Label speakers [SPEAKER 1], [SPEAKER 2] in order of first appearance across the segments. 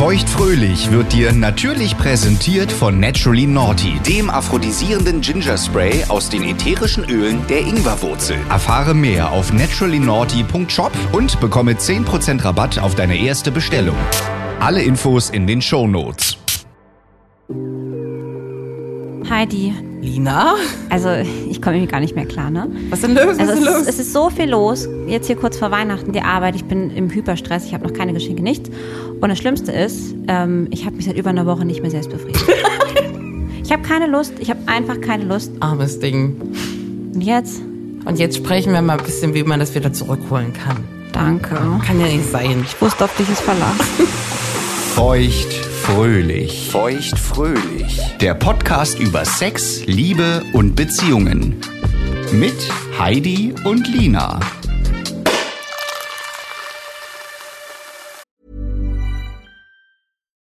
[SPEAKER 1] Feuchtfröhlich wird dir natürlich präsentiert von Naturally Naughty, dem aphrodisierenden Ginger Spray aus den ätherischen Ölen der Ingwerwurzel. Erfahre mehr auf naturallynaughty.shop und bekomme 10% Rabatt auf deine erste Bestellung. Alle Infos in den Shownotes.
[SPEAKER 2] Heidi,
[SPEAKER 3] Lina?
[SPEAKER 2] also ich komme irgendwie gar nicht mehr klar, ne?
[SPEAKER 3] Was ist denn los? Was
[SPEAKER 2] Also es
[SPEAKER 3] ist denn
[SPEAKER 2] ist,
[SPEAKER 3] los?
[SPEAKER 2] es ist so viel los, jetzt hier kurz vor Weihnachten, die Arbeit, ich bin im Hyperstress, ich habe noch keine Geschenke, nichts. Und das Schlimmste ist, ähm, ich habe mich seit über einer Woche nicht mehr selbst befriedigt. ich habe keine Lust, ich habe einfach keine Lust.
[SPEAKER 3] Armes Ding.
[SPEAKER 2] Und jetzt?
[SPEAKER 3] Und jetzt sprechen wir mal ein bisschen, wie man das wieder zurückholen kann.
[SPEAKER 2] Danke.
[SPEAKER 3] Kann ja nicht sein.
[SPEAKER 2] Ich wusste auf dich ist Verlass.
[SPEAKER 1] Feuchtfröhlich.
[SPEAKER 4] Feuchtfröhlich.
[SPEAKER 1] Der Podcast über Sex, Liebe und Beziehungen. Mit Heidi und Lina.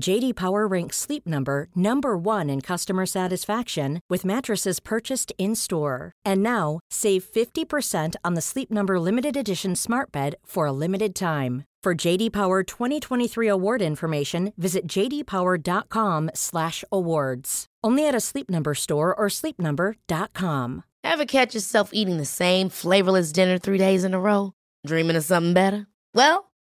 [SPEAKER 5] JD Power ranks Sleep Number number 1 in customer satisfaction with mattresses purchased in-store. And now, save 50% on the Sleep Number limited edition Smart Bed for a limited time. For JD Power 2023 award information, visit jdpower.com/awards. Only at a Sleep Number store or sleepnumber.com.
[SPEAKER 6] Ever catch yourself eating the same flavorless dinner three days in a row? Dreaming of something better? Well,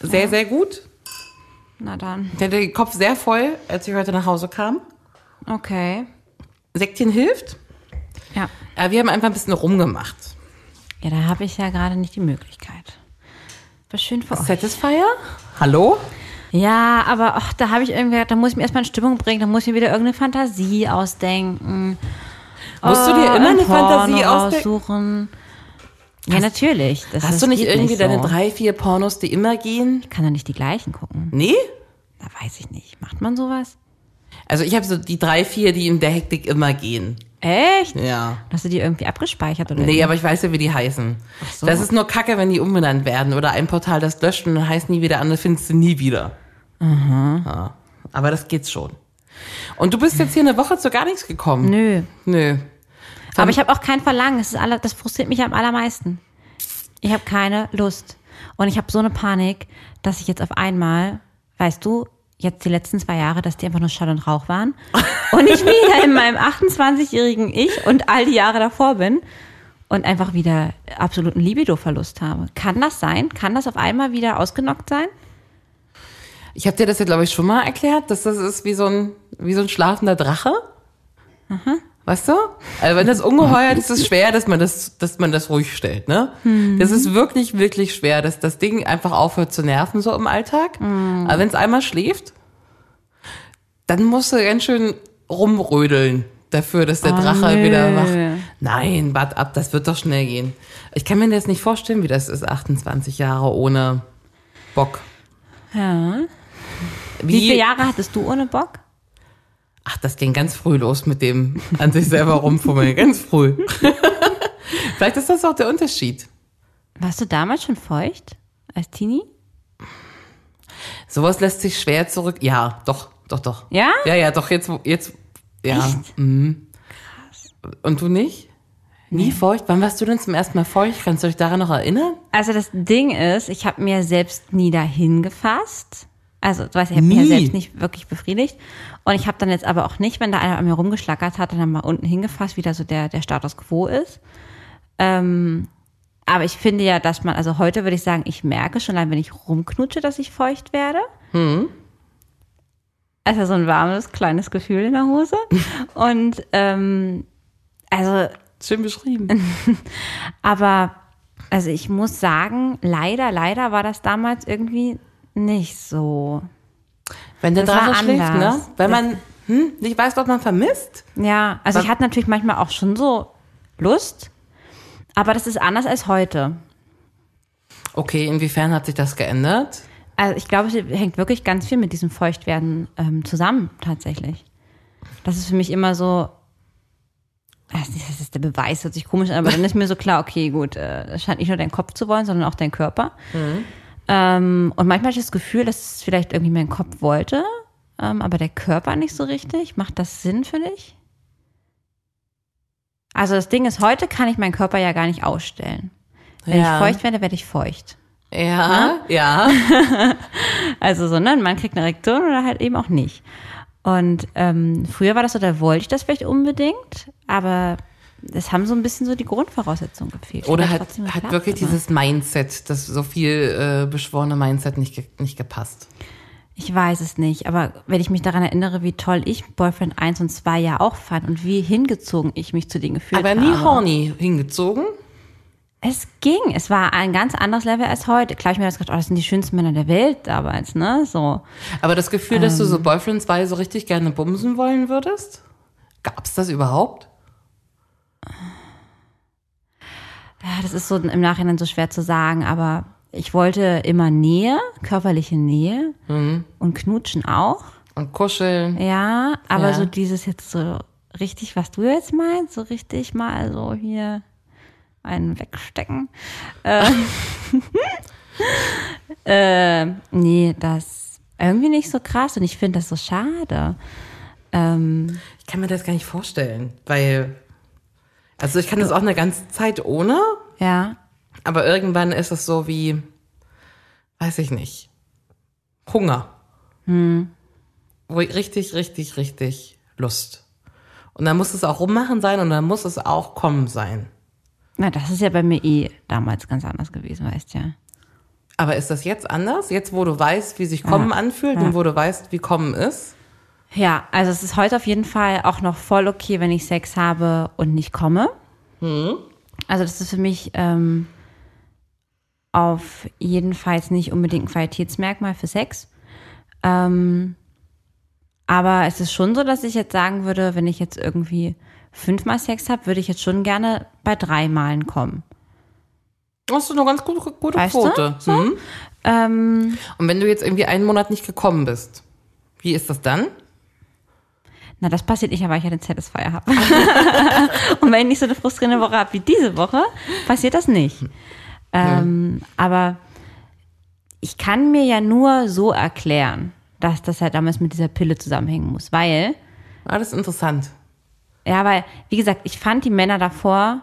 [SPEAKER 3] Sehr, sehr gut.
[SPEAKER 2] Na dann,
[SPEAKER 3] Ich hatte den Kopf sehr voll, als ich heute nach Hause kam.
[SPEAKER 2] okay.
[SPEAKER 3] Sektchen hilft.
[SPEAKER 2] Ja,
[SPEAKER 3] Aber wir haben einfach ein bisschen rumgemacht.
[SPEAKER 2] ja da habe ich ja gerade nicht die Möglichkeit. War schön für euch.
[SPEAKER 3] Oh, Satisfier? Hallo?
[SPEAKER 2] Ja, aber ach, da habe ich irgendwie gedacht, da muss ich mir erstmal in Stimmung bringen, da muss ich mir wieder irgendeine Fantasie ausdenken. Oh,
[SPEAKER 3] Musst du dir immer eine
[SPEAKER 2] Ein Porno
[SPEAKER 3] Fantasie ausdenken?
[SPEAKER 2] raussuchen. Ja, natürlich. Das,
[SPEAKER 3] Hast
[SPEAKER 2] das
[SPEAKER 3] du nicht
[SPEAKER 2] geht
[SPEAKER 3] irgendwie
[SPEAKER 2] nicht
[SPEAKER 3] deine
[SPEAKER 2] so.
[SPEAKER 3] drei, vier Pornos, die immer gehen?
[SPEAKER 2] Ich kann da nicht die gleichen gucken.
[SPEAKER 3] Nee?
[SPEAKER 2] Da weiß ich nicht. Macht man sowas?
[SPEAKER 3] Also ich habe so die drei, vier, die in der Hektik immer gehen.
[SPEAKER 2] Echt?
[SPEAKER 3] Ja.
[SPEAKER 2] Hast du die irgendwie abgespeichert oder
[SPEAKER 3] Nee,
[SPEAKER 2] irgendwie?
[SPEAKER 3] aber ich weiß ja, wie die heißen. Das ist nur Kacke, wenn die umbenannt werden oder ein Portal das löscht und dann heißt nie wieder an, das findest du nie wieder. Ja. Aber das geht's schon. Und du bist jetzt hier eine Woche zu gar nichts gekommen.
[SPEAKER 2] Nö.
[SPEAKER 3] Nö.
[SPEAKER 2] Aber ich habe auch kein Verlangen. Das, ist aller, das frustriert mich am allermeisten. Ich habe keine Lust. Und ich habe so eine Panik, dass ich jetzt auf einmal, weißt du, jetzt die letzten zwei Jahre, dass die einfach nur Schall und Rauch waren. Und ich wieder in meinem 28-jährigen Ich und all die Jahre davor bin und einfach wieder absoluten Libido-Verlust habe. Kann das sein? Kann das auf einmal wieder ausgenockt sein?
[SPEAKER 3] Ich habe dir das ja, glaube ich, schon mal erklärt, dass das ist wie so ein, wie so ein schlafender Drache. Weißt du? Also wenn das ungeheuer ist, ist es schwer, dass man das, dass man das ruhig stellt, ne? Das ist wirklich, wirklich schwer, dass das Ding einfach aufhört zu nerven, so im Alltag. Aber wenn es einmal schläft, dann musst du ganz schön rumrödeln dafür, dass der Drache wieder wacht. Nein, wart ab, das wird doch schnell gehen. Ich kann mir das nicht vorstellen, wie das ist, 28 Jahre ohne Bock.
[SPEAKER 2] Ja. Wie viele Jahre hattest du ohne Bock?
[SPEAKER 3] Ach, das ging ganz früh los mit dem an sich selber rumfummeln. Ganz früh. Vielleicht ist das auch der Unterschied.
[SPEAKER 2] Warst du damals schon feucht als Teenie?
[SPEAKER 3] Sowas lässt sich schwer zurück. Ja, doch, doch, doch.
[SPEAKER 2] Ja?
[SPEAKER 3] Ja, ja, doch, jetzt, wo- jetzt, ja.
[SPEAKER 2] Echt?
[SPEAKER 3] Mhm. Und du nicht? Nie feucht? Wann warst du denn zum ersten Mal feucht? Kannst du dich daran noch erinnern?
[SPEAKER 2] Also das Ding ist, ich habe mir selbst nie dahin gefasst. Also, du weißt, ich habe mich
[SPEAKER 3] Nie.
[SPEAKER 2] ja selbst nicht wirklich befriedigt. Und ich habe dann jetzt aber auch nicht, wenn da einer an mir rumgeschlackert hat, dann mal unten hingefasst, wie da so der, der Status quo ist. Ähm, aber ich finde ja, dass man, also heute würde ich sagen, ich merke schon allein, wenn ich rumknutsche, dass ich feucht werde. Also so ein warmes, kleines Gefühl in der Hose. Und ähm, also
[SPEAKER 3] Schön beschrieben.
[SPEAKER 2] aber also ich muss sagen, leider, leider war das damals irgendwie nicht so.
[SPEAKER 3] Wenn der
[SPEAKER 2] Das war
[SPEAKER 3] Drache schläft, ne?
[SPEAKER 2] anders.
[SPEAKER 3] Wenn man hm, nicht weiß, ob man vermisst.
[SPEAKER 2] Ja, also ich hatte natürlich manchmal auch schon so Lust, aber das ist anders als heute.
[SPEAKER 3] Okay, inwiefern hat sich das geändert?
[SPEAKER 2] Also ich glaube, es hängt wirklich ganz viel mit diesem Feuchtwerden ähm, zusammen tatsächlich. Das ist für mich immer so, weiß nicht, das ist der Beweis, hört sich komisch an, aber dann ist mir so klar, okay, gut, äh, es scheint nicht nur dein Kopf zu wollen, sondern auch dein Körper. Ähm, und manchmal habe ich das Gefühl, dass es vielleicht irgendwie mein Kopf wollte, ähm, aber der Körper nicht so richtig. Macht das Sinn für dich? Also das Ding ist, heute kann ich meinen Körper ja gar nicht ausstellen. Wenn
[SPEAKER 3] Ja.
[SPEAKER 2] ich feucht werde, werde ich feucht.
[SPEAKER 3] Ja, ja.
[SPEAKER 2] Also, sondern man kriegt eine Reaktion oder halt eben auch nicht. Und ähm, früher war das so, da wollte ich das vielleicht unbedingt, aber es haben so ein bisschen so die Grundvoraussetzungen gefehlt.
[SPEAKER 3] Oder
[SPEAKER 2] Ich war
[SPEAKER 3] hat,
[SPEAKER 2] trotzdem
[SPEAKER 3] hat
[SPEAKER 2] Platz,
[SPEAKER 3] wirklich
[SPEAKER 2] aber
[SPEAKER 3] dieses Mindset, das so viel äh, beschworene Mindset nicht, ge nicht gepasst.
[SPEAKER 2] Ich weiß es nicht, aber wenn ich mich daran erinnere, wie toll ich Boyfriend 1 und 2 ja auch fand und wie hingezogen ich mich zu denen gefühlt
[SPEAKER 3] Aber
[SPEAKER 2] habe.
[SPEAKER 3] nie horny hingezogen.
[SPEAKER 2] Es ging. Es war ein ganz anderes Level als heute. Klar, hab ich mir das gedacht, oh, das sind die schönsten Männer der Welt damals, ne? So.
[SPEAKER 3] Aber das Gefühl, dass du so Boyfriend 2 so richtig gerne bumsen wollen würdest? Gab's das überhaupt?
[SPEAKER 2] Ja, das ist so im Nachhinein so schwer zu sagen, aber ich wollte immer Nähe, körperliche Nähe und Knutschen auch.
[SPEAKER 3] Und kuscheln.
[SPEAKER 2] Ja, aber
[SPEAKER 3] Ja.
[SPEAKER 2] so dieses jetzt so richtig, was du jetzt meinst, so richtig mal so hier einen wegstecken. Ähm, äh, nee, das irgendwie nicht so krass und ich finde das so schade. Ähm,
[SPEAKER 3] Ich kann mir das gar nicht vorstellen, weil. Also ich kann das auch eine ganze Zeit ohne,
[SPEAKER 2] ja,
[SPEAKER 3] aber irgendwann ist es so wie, weiß ich nicht, Hunger.
[SPEAKER 2] Hm.
[SPEAKER 3] Wo ich richtig, richtig, richtig Lust. Und dann muss es auch rummachen sein und dann muss es auch kommen sein.
[SPEAKER 2] na, das ist ja bei mir eh damals ganz anders gewesen, weißt ja.
[SPEAKER 3] Aber ist das jetzt anders? Jetzt, wo du weißt, wie sich kommen anfühlt und wo du weißt, wie kommen ist?
[SPEAKER 2] Ja, also es ist heute auf jeden Fall auch noch voll okay, wenn ich Sex habe und nicht komme. Also das ist für mich ähm, auf jeden Fall jetzt nicht unbedingt ein Qualitätsmerkmal für Sex. Ähm, aber es ist schon so, dass ich jetzt sagen würde, wenn ich jetzt irgendwie fünfmal Sex habe, würde ich jetzt schon gerne bei drei Malen kommen.
[SPEAKER 3] Hast du eine ganz gute, gute
[SPEAKER 2] Weißt du?
[SPEAKER 3] Quote. Mhm.
[SPEAKER 2] Ähm,
[SPEAKER 3] Und wenn du jetzt irgendwie einen Monat nicht gekommen bist, wie ist das dann?
[SPEAKER 2] Na, das passiert nicht, weil ich ja den Satisfier habe. und wenn ich nicht so eine frustrierende Woche habe wie diese Woche, passiert das nicht. Ähm, aber ich kann mir ja nur so erklären, dass das halt damals mit dieser Pille zusammenhängen muss. Weil,
[SPEAKER 3] Ah, das ist interessant.
[SPEAKER 2] ja, weil, wie gesagt, ich fand die Männer davor,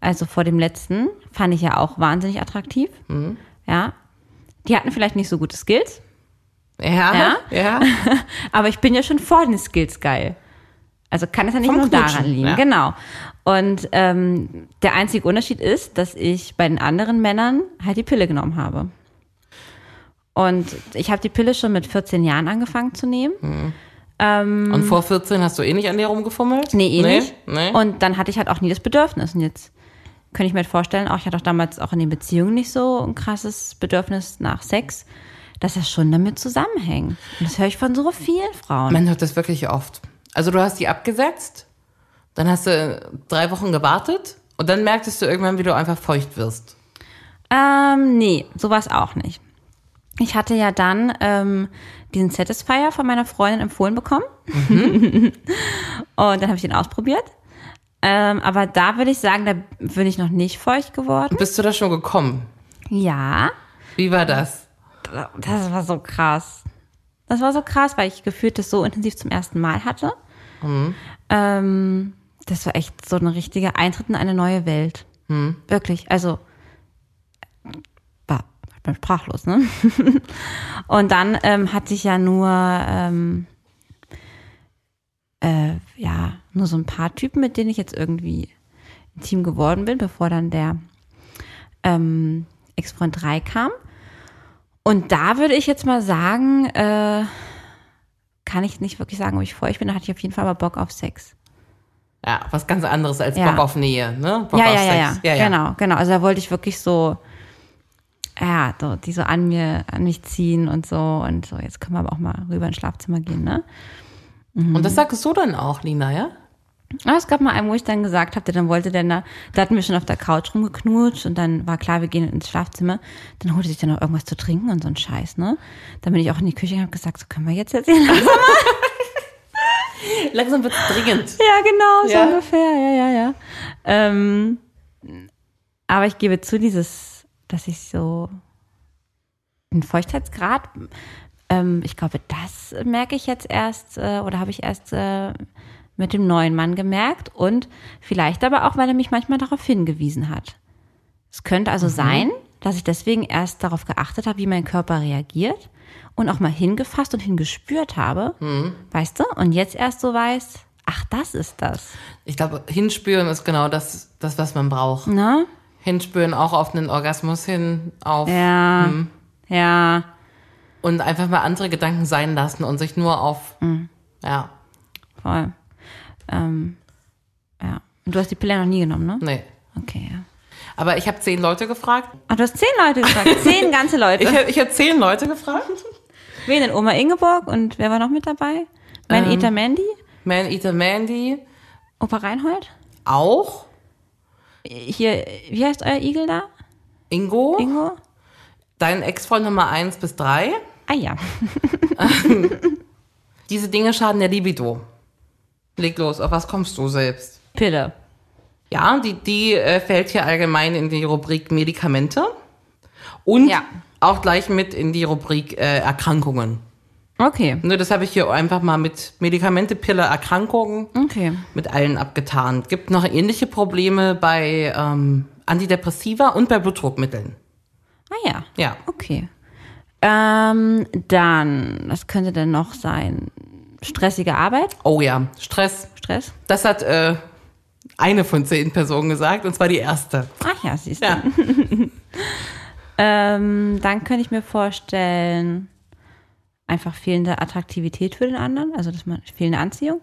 [SPEAKER 2] also vor dem letzten, fand ich ja auch wahnsinnig attraktiv. Ja. Die hatten vielleicht nicht so gute Skills,
[SPEAKER 3] Ja, ja.
[SPEAKER 2] Aber ich bin ja schon vor den Skills geil. Also kann es ja nicht
[SPEAKER 3] Vom
[SPEAKER 2] nur daran
[SPEAKER 3] Knutschen,
[SPEAKER 2] liegen.
[SPEAKER 3] ja.
[SPEAKER 2] Genau. Und ähm, der einzige Unterschied ist, dass ich bei den anderen Männern halt die Pille genommen habe. Und ich habe die Pille schon mit 14 Jahren angefangen zu nehmen.
[SPEAKER 3] Hm. Und vor 14 hast du eh nicht an dir rumgefummelt?
[SPEAKER 2] Hm. Nee, eh nicht.
[SPEAKER 3] Nee.
[SPEAKER 2] Und dann hatte ich halt auch nie das Bedürfnis. Und jetzt könnte ich mir halt vorstellen, auch ich hatte auch damals auch in den Beziehungen nicht so ein krasses Bedürfnis nach Sex, dass das schon damit zusammenhängt. Und das höre ich von so vielen Frauen.
[SPEAKER 3] Man hört das wirklich oft. Also du hast die abgesetzt, dann hast du drei Wochen gewartet und dann merktest du irgendwann, wie du einfach feucht wirst.
[SPEAKER 2] Ähm, nee, sowas auch nicht. Ich hatte ja dann ähm, diesen Satisfier von meiner Freundin empfohlen bekommen. Und dann habe ich den ausprobiert. Ähm, aber da würde ich sagen, da bin ich noch nicht feucht geworden.
[SPEAKER 3] Bist du da schon gekommen?
[SPEAKER 2] Ja,
[SPEAKER 3] Wie war das?
[SPEAKER 2] das war so krass. Das war so krass, weil ich gefühlt das so intensiv zum ersten Mal hatte. Ähm, Das war echt so ein richtiger Eintritt in eine neue Welt. Wirklich. Also war ich bin sprachlos, ne? Und dann ähm, hat sich ja nur ähm, äh, ja nur so ein paar Typen, mit denen ich jetzt irgendwie intim geworden bin, bevor dann der ähm, Ex-Freund 3 kam. Und da würde ich jetzt mal sagen, äh, kann ich nicht wirklich sagen, ob ich feucht bin, da hatte ich auf jeden Fall aber Bock auf Sex.
[SPEAKER 3] Ja, was ganz anderes als
[SPEAKER 2] Ja.
[SPEAKER 3] Bock auf Nähe, ne? Bock
[SPEAKER 2] Ja,
[SPEAKER 3] auf
[SPEAKER 2] ja, ja,
[SPEAKER 3] Sex.
[SPEAKER 2] ja, Genau, genau. Also da wollte ich wirklich so, ja, so, die so an mir, an mich ziehen und so. Und so, jetzt können wir aber auch mal rüber ins Schlafzimmer gehen, ne?
[SPEAKER 3] Und das sagst du dann auch, Lina, ja?
[SPEAKER 2] Aber es gab mal einen, wo ich dann gesagt hatte, dann wollte der, da, da hatten wir schon auf der Couch rumgeknutscht und dann war klar, wir gehen ins Schlafzimmer. Dann holte sich dann noch irgendwas zu trinken und so ein Scheiß, ne? Dann bin ich auch in die Küche und habe gesagt, so können wir jetzt jetzt hier langsam.
[SPEAKER 3] Langsam wird's dringend.
[SPEAKER 2] ja, genau, so
[SPEAKER 3] Ja.
[SPEAKER 2] ungefähr, ja, ja, ja. Ähm, aber ich gebe zu, dieses, dass ich so einen Feuchtheitsgrad, ähm, ich glaube, das merke ich jetzt erst äh, oder habe ich erst äh, mit dem neuen Mann gemerkt und vielleicht aber auch, weil er mich manchmal darauf hingewiesen hat. Es könnte also sein, dass ich deswegen erst darauf geachtet habe, wie mein Körper reagiert und auch mal hingefasst und hingespürt habe, weißt du? Und jetzt erst so weiß, ach, das ist das,
[SPEAKER 3] Ich glaube, hinspüren ist genau das, das was man braucht.
[SPEAKER 2] ne?
[SPEAKER 3] Hinspüren auch auf einen Orgasmus hin, auf
[SPEAKER 2] Ja,
[SPEAKER 3] Mhm.
[SPEAKER 2] ja.
[SPEAKER 3] und einfach mal andere Gedanken sein lassen und sich nur auf
[SPEAKER 2] Mhm.
[SPEAKER 3] ja,
[SPEAKER 2] Voll. Ähm, ja. Und du hast die Pille noch nie genommen, ne?
[SPEAKER 3] nee.
[SPEAKER 2] Okay, ja.
[SPEAKER 3] Aber ich habe zehn Leute gefragt.
[SPEAKER 2] Ach, du hast zehn Leute gefragt. zehn ganze
[SPEAKER 3] Ich
[SPEAKER 2] Leute.
[SPEAKER 3] habe ich hab zehn Leute gefragt.
[SPEAKER 2] Wen denn? Oma Ingeborg und wer war noch mit dabei?
[SPEAKER 3] Ähm.
[SPEAKER 2] Mein Eta Mandy?
[SPEAKER 3] Man Eater Mandy
[SPEAKER 2] Opa Reinhold?
[SPEAKER 3] auch.
[SPEAKER 2] Hier, wie heißt euer Igel da?
[SPEAKER 3] Ingo,
[SPEAKER 2] Ingo?
[SPEAKER 3] dein Ex-Freund Nummer eins bis drei.
[SPEAKER 2] Ah ja.
[SPEAKER 3] Diese Dinge schaden der Libido. Leg los, auf was kommst du selbst?
[SPEAKER 2] Pille.
[SPEAKER 3] Ja, die, die äh, fällt hier allgemein in die Rubrik Medikamente und
[SPEAKER 2] Ja.
[SPEAKER 3] auch gleich mit in die Rubrik äh, Erkrankungen.
[SPEAKER 2] Okay.
[SPEAKER 3] Ne, das habe ich hier einfach mal mit Medikamente, Pille, Erkrankungen
[SPEAKER 2] Okay.
[SPEAKER 3] mit allen abgetan. Gibt noch ähnliche Probleme bei ähm, Antidepressiva und bei Blutdruckmitteln.
[SPEAKER 2] Ah ja.
[SPEAKER 3] Ja.
[SPEAKER 2] Okay. Ähm, dann, was könnte denn noch sein? Stressige Arbeit?
[SPEAKER 3] Oh ja, Stress.
[SPEAKER 2] Stress?
[SPEAKER 3] Das hat äh, eine von zehn Personen gesagt, und zwar die erste.
[SPEAKER 2] Ach ja, siehst du.
[SPEAKER 3] Ja.
[SPEAKER 2] Ähm, dann könnte ich mir vorstellen, einfach fehlende Attraktivität für den anderen, also dass man fehlende Anziehung.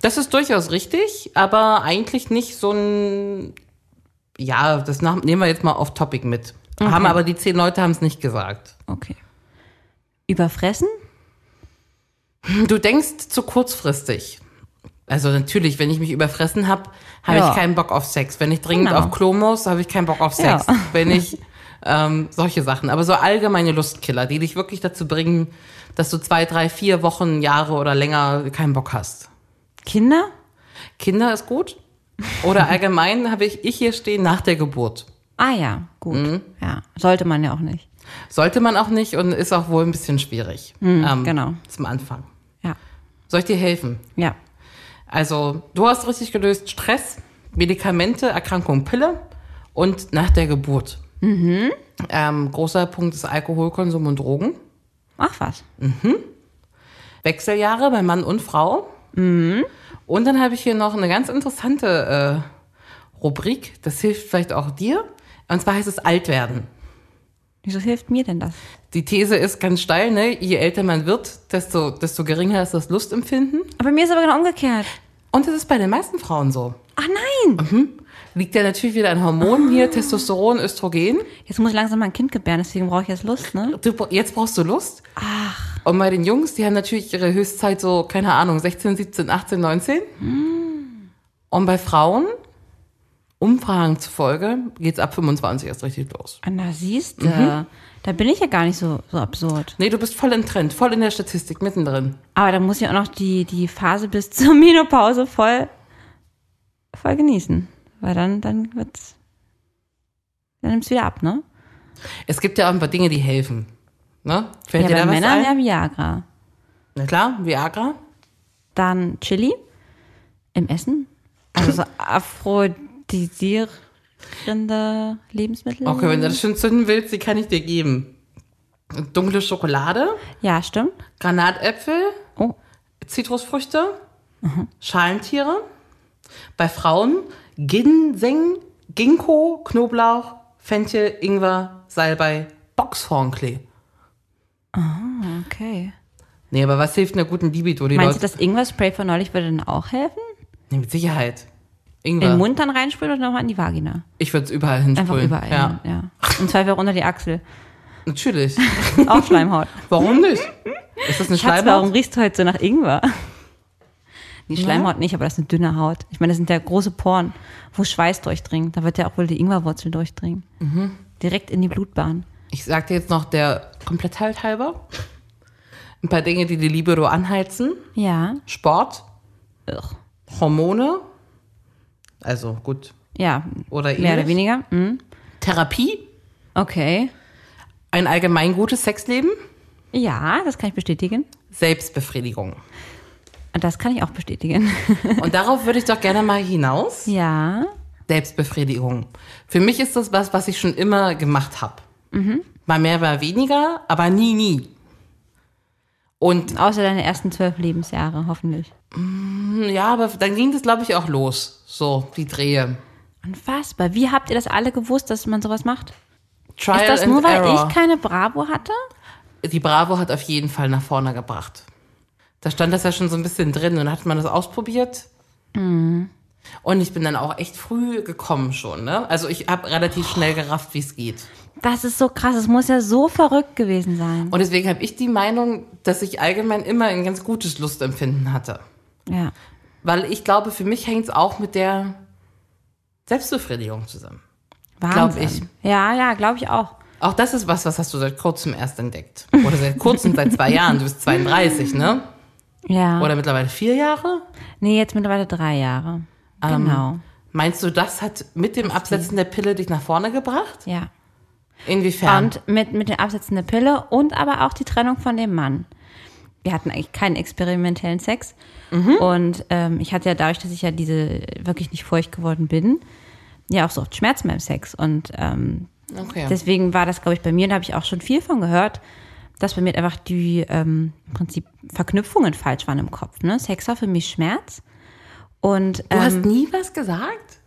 [SPEAKER 3] Das ist durchaus richtig, aber eigentlich nicht so ein. Ja, das nach, nehmen wir jetzt mal auf Topic mit. Haben aber die zehn Leute haben es nicht gesagt.
[SPEAKER 2] Okay. Überfressen?
[SPEAKER 3] Du denkst zu kurzfristig. Also natürlich, wenn ich mich überfressen habe, habe
[SPEAKER 2] Ja.
[SPEAKER 3] ich keinen Bock auf Sex. Wenn ich dringend
[SPEAKER 2] Genau.
[SPEAKER 3] auf Klo muss, habe ich keinen Bock auf
[SPEAKER 2] Ja.
[SPEAKER 3] Sex. Wenn ich ähm, solche Sachen. Aber so allgemeine Lustkiller, die dich wirklich dazu bringen, dass du zwei, drei, vier Wochen, Jahre oder länger keinen Bock hast.
[SPEAKER 2] Kinder?
[SPEAKER 3] Kinder ist gut. Oder allgemein habe ich, ich hier stehen nach der Geburt.
[SPEAKER 2] Ah ja, gut. Ja, sollte man ja auch nicht.
[SPEAKER 3] Sollte man auch nicht und ist auch wohl ein bisschen schwierig. ähm,
[SPEAKER 2] genau.
[SPEAKER 3] Zum Anfang.
[SPEAKER 2] Ja,
[SPEAKER 3] Soll ich dir helfen?
[SPEAKER 2] ja.
[SPEAKER 3] Also, du hast richtig gelöst: Stress, Medikamente, Erkrankung, Pille und nach der Geburt. Ähm, großer Punkt ist Alkoholkonsum und Drogen.
[SPEAKER 2] Ach was.
[SPEAKER 3] Wechseljahre bei Mann und Frau. Und dann habe ich hier noch eine ganz interessante äh, Rubrik, das hilft vielleicht auch dir. Und zwar heißt es Altwerden.
[SPEAKER 2] Wieso hilft mir denn das?
[SPEAKER 3] Die These ist ganz steil, ne? Je älter man wird, desto, desto geringer ist das Lustempfinden.
[SPEAKER 2] Aber mir ist aber genau umgekehrt.
[SPEAKER 3] Und das ist bei den meisten Frauen so.
[SPEAKER 2] Ach nein!
[SPEAKER 3] Liegt ja natürlich wieder an Hormonen hier, Testosteron, Östrogen.
[SPEAKER 2] Jetzt muss ich langsam mal ein Kind gebären, deswegen brauche ich jetzt Lust, ne?
[SPEAKER 3] Du, bra- jetzt brauchst du Lust. Ach. Und bei den Jungs, die haben natürlich ihre Höchstzeit so, keine Ahnung, 16, 17, 18, 19.
[SPEAKER 2] Hm.
[SPEAKER 3] Und bei Frauen, Umfragen zufolge, geht's ab 25 erst richtig los.
[SPEAKER 2] Ah, Na, siehst du.
[SPEAKER 3] Mhm.
[SPEAKER 2] Da bin ich ja gar nicht so, so absurd.
[SPEAKER 3] Nee, du bist voll im Trend, voll in der Statistik, mittendrin.
[SPEAKER 2] Aber da muss ich auch noch die, die Phase bis zur Menopause voll, voll genießen. Weil dann, dann wird's, dann nimmt's wieder ab, ne?
[SPEAKER 3] Es gibt ja auch ein paar Dinge, die helfen. Ne? Fällt
[SPEAKER 2] Ja,
[SPEAKER 3] dir da
[SPEAKER 2] bei
[SPEAKER 3] was
[SPEAKER 2] Männern
[SPEAKER 3] ein?
[SPEAKER 2] ja Viagra.
[SPEAKER 3] Na klar, Viagra.
[SPEAKER 2] Dann Chili im Essen. Also so aphrodisierende Lebensmittel.
[SPEAKER 3] Okay, wenn du das schön zünden willst, die kann ich dir geben. Dunkle Schokolade,
[SPEAKER 2] Ja, stimmt.
[SPEAKER 3] Granatäpfel,
[SPEAKER 2] Oh.
[SPEAKER 3] Zitrusfrüchte, Schalentiere. Bei Frauen Ginseng, Ginkgo, Knoblauch, Fenchel, Ingwer, Salbei, Boxhornklee.
[SPEAKER 2] Okay.
[SPEAKER 3] Nee, aber was hilft einer guten Libido? Die
[SPEAKER 2] Meinst du,
[SPEAKER 3] Leute,
[SPEAKER 2] das Ingwer-Spray von neulich würde dann auch helfen?
[SPEAKER 3] nee, mit Sicherheit.
[SPEAKER 2] In
[SPEAKER 3] Ingwer.
[SPEAKER 2] den Mund dann reinsprühen und nochmal in die Vagina.
[SPEAKER 3] Ich würde es überall
[SPEAKER 2] Einfach
[SPEAKER 3] hinsprühen.
[SPEAKER 2] überall.
[SPEAKER 3] Ja,
[SPEAKER 2] Ja. ja. Im Zweifel auch unter die Achsel.
[SPEAKER 3] natürlich.
[SPEAKER 2] Auch Schleimhaut.
[SPEAKER 3] Warum nicht? Ist das eine
[SPEAKER 2] Schatz, warum
[SPEAKER 3] Schleimhaut?
[SPEAKER 2] riechst du heute so nach Ingwer? Die Schleimhaut nicht, aber das ist eine dünne Haut. Ich meine, das sind ja große Poren, wo Schweiß durchdringt. Da wird ja auch wohl die Ingwerwurzel durchdringen. Direkt in die Blutbahn.
[SPEAKER 3] Ich sag dir jetzt noch der Komplettheit halber. Ein paar Dinge, die die Libido anheizen.
[SPEAKER 2] Ja.
[SPEAKER 3] Sport,
[SPEAKER 2] Ugh.
[SPEAKER 3] Hormone, also gut,
[SPEAKER 2] Ja.
[SPEAKER 3] Oder
[SPEAKER 2] Mehr oder
[SPEAKER 3] ähnlich.
[SPEAKER 2] weniger. Mhm.
[SPEAKER 3] Therapie,
[SPEAKER 2] Okay.
[SPEAKER 3] ein allgemein gutes Sexleben,
[SPEAKER 2] Ja, das kann ich bestätigen.
[SPEAKER 3] Selbstbefriedigung.
[SPEAKER 2] Und das kann ich auch bestätigen.
[SPEAKER 3] Und darauf würde ich doch gerne mal hinaus.
[SPEAKER 2] ja.
[SPEAKER 3] Selbstbefriedigung. Für mich ist das was, was ich schon immer gemacht habe.
[SPEAKER 2] Mhm.
[SPEAKER 3] Mal mehr, mal weniger, aber nie, nie. Und
[SPEAKER 2] Außer deine ersten zwölf Lebensjahre, hoffentlich.
[SPEAKER 3] ja, aber dann ging das, glaube ich, auch los. So, die Drehe.
[SPEAKER 2] Unfassbar. Wie habt ihr das alle gewusst, dass man sowas macht?
[SPEAKER 3] Trial
[SPEAKER 2] ist das
[SPEAKER 3] and
[SPEAKER 2] nur, weil
[SPEAKER 3] error.
[SPEAKER 2] ich keine Bravo hatte?
[SPEAKER 3] die Bravo hat auf jeden Fall nach vorne gebracht. Da stand das ja schon so ein bisschen drin und hat man das ausprobiert. Und ich bin dann auch echt früh gekommen schon, ne? Also ich habe relativ schnell gerafft, wie es geht.
[SPEAKER 2] Das ist so krass. Es muss ja so verrückt gewesen sein.
[SPEAKER 3] Und deswegen habe ich die Meinung, dass ich allgemein immer ein ganz gutes Lustempfinden hatte.
[SPEAKER 2] Ja.
[SPEAKER 3] Weil ich glaube, für mich hängt es auch mit der Selbstbefriedigung zusammen. Glaub
[SPEAKER 2] Wahnsinn.
[SPEAKER 3] ich.
[SPEAKER 2] Ja, ja, glaube ich auch.
[SPEAKER 3] Auch das ist was, was hast du seit kurzem erst entdeckt. Oder seit kurzem, seit zwei Jahren. Du bist 32, ne?
[SPEAKER 2] Ja.
[SPEAKER 3] Oder mittlerweile vier Jahre?
[SPEAKER 2] nee, jetzt mittlerweile drei Jahre.
[SPEAKER 3] Ähm,
[SPEAKER 2] genau.
[SPEAKER 3] Meinst du, das hat mit dem Absetzen der Pille dich nach vorne gebracht?
[SPEAKER 2] Ja.
[SPEAKER 3] Inwiefern?
[SPEAKER 2] Und mit, mit dem Absetzen der Pille und aber auch die Trennung von dem Mann. Wir hatten eigentlich keinen experimentellen Sex. Und ähm, ich hatte ja dadurch, dass ich ja diese wirklich nicht feucht geworden bin, ja auch so oft Schmerzen beim Sex. Und ähm,
[SPEAKER 3] okay.
[SPEAKER 2] Deswegen war das, glaube ich, bei mir, und da habe ich auch schon viel von gehört, dass bei mir einfach die ähm, im Prinzip Verknüpfungen falsch waren im Kopf. Ne? Sex war für mich Schmerz. Und
[SPEAKER 3] du hast
[SPEAKER 2] ähm,
[SPEAKER 3] nie was gesagt?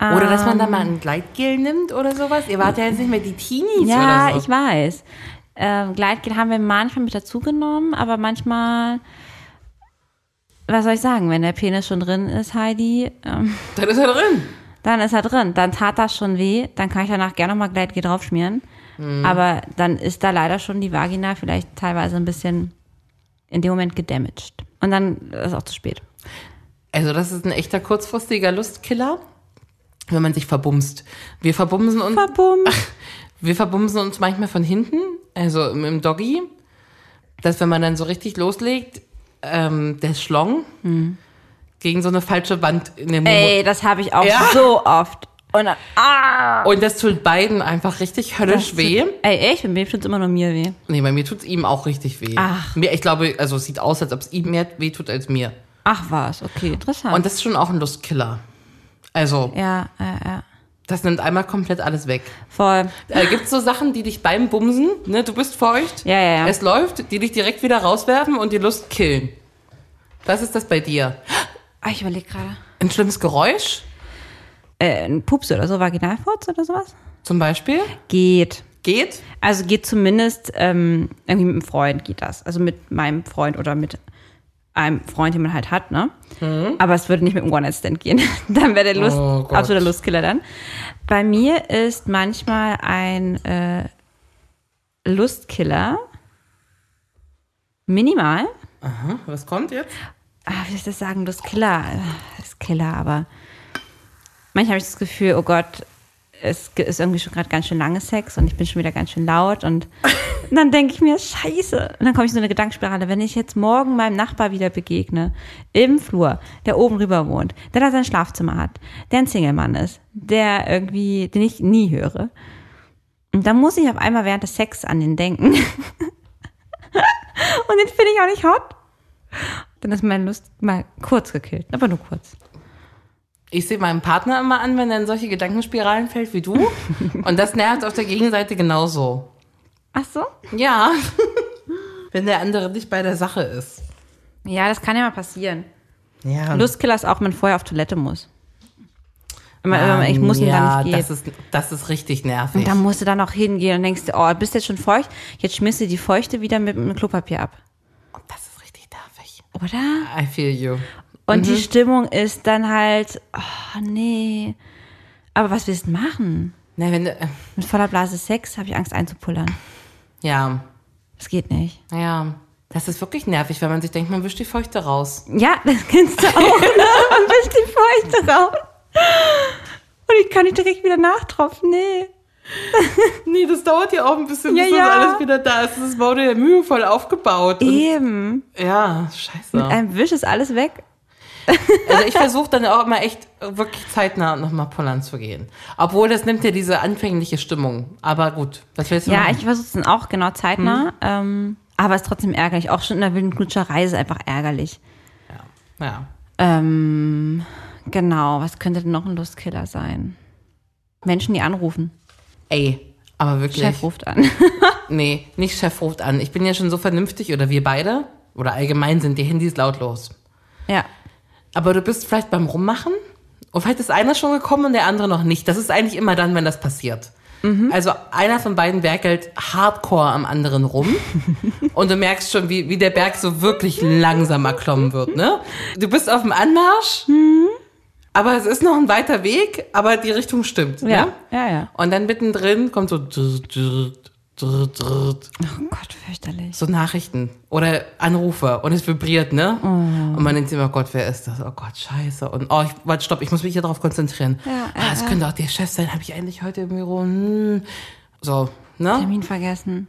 [SPEAKER 3] Ähm. Oder dass man da mal ein Gleitgel nimmt oder sowas? Ihr wart ja jetzt nicht mehr die Teenies
[SPEAKER 2] ja,
[SPEAKER 3] oder so.
[SPEAKER 2] ich weiß. Ähm, Gleitgel haben wir manchmal mit dazugenommen, aber manchmal, was soll ich sagen, wenn der Penis schon drin ist, Heidi, ähm,
[SPEAKER 3] Dann ist er drin.
[SPEAKER 2] dann ist er drin. Dann tat das schon weh. Dann kann ich danach gerne nochmal Gleitgel draufschmieren.
[SPEAKER 3] Mhm.
[SPEAKER 2] Aber dann ist da leider schon die Vagina vielleicht teilweise ein bisschen in dem Moment gedamaged. Und dann ist auch zu spät.
[SPEAKER 3] Also das ist ein echter kurzfristiger Lustkiller, wenn man sich verbumst. Wir verbumsen uns,
[SPEAKER 2] Babum.
[SPEAKER 3] wir verbumsen uns manchmal von hinten, also im im Doggy, dass wenn man dann so richtig loslegt, ähm, der Schlong Hm. gegen so eine falsche Wand in den Mund.
[SPEAKER 2] Ey, das habe ich auch
[SPEAKER 3] Ja.
[SPEAKER 2] so oft. Und dann, ah,
[SPEAKER 3] Und das tut beiden einfach richtig höllisch weh.
[SPEAKER 2] Ey, ich bin mir tut's immer nur mir weh.
[SPEAKER 3] Nee, bei mir tut's ihm auch richtig weh.
[SPEAKER 2] Ach.
[SPEAKER 3] Mir, ich glaube, also es sieht aus, als ob es ihm mehr weh tut als mir.
[SPEAKER 2] Ach was, okay, interessant.
[SPEAKER 3] Und das ist schon auch ein Lustkiller. Also,
[SPEAKER 2] ja, ja, ja.
[SPEAKER 3] das nimmt einmal komplett alles weg.
[SPEAKER 2] Voll.
[SPEAKER 3] Äh, gibt's so Sachen, die dich beim Bumsen, ne, du bist feucht,
[SPEAKER 2] Ah. Ja, ja, ja.
[SPEAKER 3] es läuft, die dich direkt wieder rauswerfen und die Lust killen. Was ist das bei dir?
[SPEAKER 2] Ah, ich überlege gerade.
[SPEAKER 3] Ein schlimmes Geräusch
[SPEAKER 2] Äh, ein Pups oder so, Vaginalfurz oder sowas?
[SPEAKER 3] zum Beispiel?
[SPEAKER 2] Geht.
[SPEAKER 3] Geht?
[SPEAKER 2] Also geht zumindest ähm, irgendwie mit einem Freund geht das. Also mit meinem Freund oder mit einem Freund, den man halt hat, ne? Aber es würde nicht mit einem One-Night-Stand gehen. dann wäre der Lust,
[SPEAKER 3] Mhm. Oh Gott.
[SPEAKER 2] absoluter Lustkiller dann. Bei mir ist manchmal ein äh, Lustkiller minimal.
[SPEAKER 3] Was kommt jetzt?
[SPEAKER 2] Ah, wie soll ich das sagen? Lustkiller. Äh, Ist Killer, aber manchmal habe ich das Gefühl, oh Gott, es ge- ist irgendwie schon gerade ganz schön lange Sex und ich bin schon wieder ganz schön laut und dann denke ich mir, scheiße. Und dann komme ich in so eine Gedankenspirale. Wenn ich jetzt morgen meinem Nachbar wieder begegne, im Flur, der oben rüber wohnt, der da sein Schlafzimmer hat, der ein Single-Mann ist, der irgendwie, den ich nie höre. Und dann muss ich auf einmal während des Sex an den denken. und den finde ich auch nicht hot. Dann ist meine Lust mal kurz gekillt, aber nur kurz.
[SPEAKER 3] Ich sehe meinem Partner immer an, wenn er in solche Gedankenspiralen fällt wie du. Und das nervt auf der Gegenseite genauso.
[SPEAKER 2] Ach so?
[SPEAKER 3] Ja. wenn der andere nicht bei der Sache ist.
[SPEAKER 2] Ja, das kann ja mal passieren.
[SPEAKER 3] Ja.
[SPEAKER 2] Lustkiller ist auch, wenn man vorher auf Toilette muss. Immer, immer, ich muss
[SPEAKER 3] ja,
[SPEAKER 2] dann nicht gehen.
[SPEAKER 3] Das ist, das ist richtig nervig.
[SPEAKER 2] und dann musst du dann auch hingehen und denkst, dir, oh, bist jetzt schon feucht, jetzt schmierst du die Feuchte wieder mit, mit Klopapier ab.
[SPEAKER 3] das ist richtig nervig.
[SPEAKER 2] Oder? Mhm.
[SPEAKER 3] I feel you.
[SPEAKER 2] Und die Stimmung ist dann halt, oh nee. Aber was willst du machen?
[SPEAKER 3] Na, wenn du, äh,
[SPEAKER 2] Mit voller Blase Sex habe ich Angst einzupullern.
[SPEAKER 3] ja,
[SPEAKER 2] Das geht nicht.
[SPEAKER 3] ja. Das ist wirklich nervig, wenn man sich denkt, man wischt die Feuchte raus.
[SPEAKER 2] Ja, das kennst du auch, ne? Ein bisschen feucht drauf. Und ich kann nicht direkt wieder nachtropfen, nee.
[SPEAKER 3] Nee, das dauert ja auch ein bisschen,
[SPEAKER 2] Ja,
[SPEAKER 3] bis das
[SPEAKER 2] ja.
[SPEAKER 3] alles wieder da ist. Das wurde ja mühevoll aufgebaut. Und,
[SPEAKER 2] Eben.
[SPEAKER 3] Eh. ja, scheiße.
[SPEAKER 2] Mit einem Wisch ist alles weg.
[SPEAKER 3] Also ich versuche dann auch immer echt äh, wirklich zeitnah nochmal pullern zu gehen. Obwohl, das nimmt ja diese anfängliche Stimmung. Aber gut, was willst du
[SPEAKER 2] Ja, ich
[SPEAKER 3] machen?
[SPEAKER 2] versuche es dann auch genau zeitnah. Ähm, aber es ist trotzdem ärgerlich. Auch schon in der wilden Knutscherei ist es einfach ärgerlich.
[SPEAKER 3] Ja.
[SPEAKER 2] Ähm, genau, was könnte denn noch ein Lustkiller sein? Menschen, die anrufen.
[SPEAKER 3] Ey, aber wirklich.
[SPEAKER 2] Chef ruft an.
[SPEAKER 3] Nee, nicht Chef ruft an. Ich bin ja schon so vernünftig oder wir beide. Oder allgemein sind die Handys lautlos.
[SPEAKER 2] ja.
[SPEAKER 3] Aber du bist vielleicht beim Rummachen und vielleicht ist einer schon gekommen und der andere noch nicht. Das ist eigentlich immer dann, wenn das passiert.
[SPEAKER 2] Mhm.
[SPEAKER 3] Also einer von beiden werkelt hardcore am anderen rum und du merkst schon, wie, wie der Berg so wirklich langsam erklommen wird. Ne? Du bist auf dem Anmarsch,
[SPEAKER 2] Mhm.
[SPEAKER 3] aber es ist noch ein weiter Weg, aber die Richtung stimmt.
[SPEAKER 2] Ja.
[SPEAKER 3] Ne?
[SPEAKER 2] Ja, ja.
[SPEAKER 3] Und dann mittendrin kommt so drrrt, drrrt, drrrt, drrrt,
[SPEAKER 2] Oh Gott, fürchterlich.
[SPEAKER 3] so Nachrichten oder Anrufe und es vibriert, ne?
[SPEAKER 2] Mhm.
[SPEAKER 3] Und man denkt sich immer, Gott, wer ist das? Oh Gott, scheiße. Und oh, ich, warte, stopp, ich muss mich hier drauf konzentrieren.
[SPEAKER 2] Ja,
[SPEAKER 3] ah, es könnte auch der Chef sein, habe ich eigentlich heute im Büro. Hm. So, ne?
[SPEAKER 2] Termin vergessen.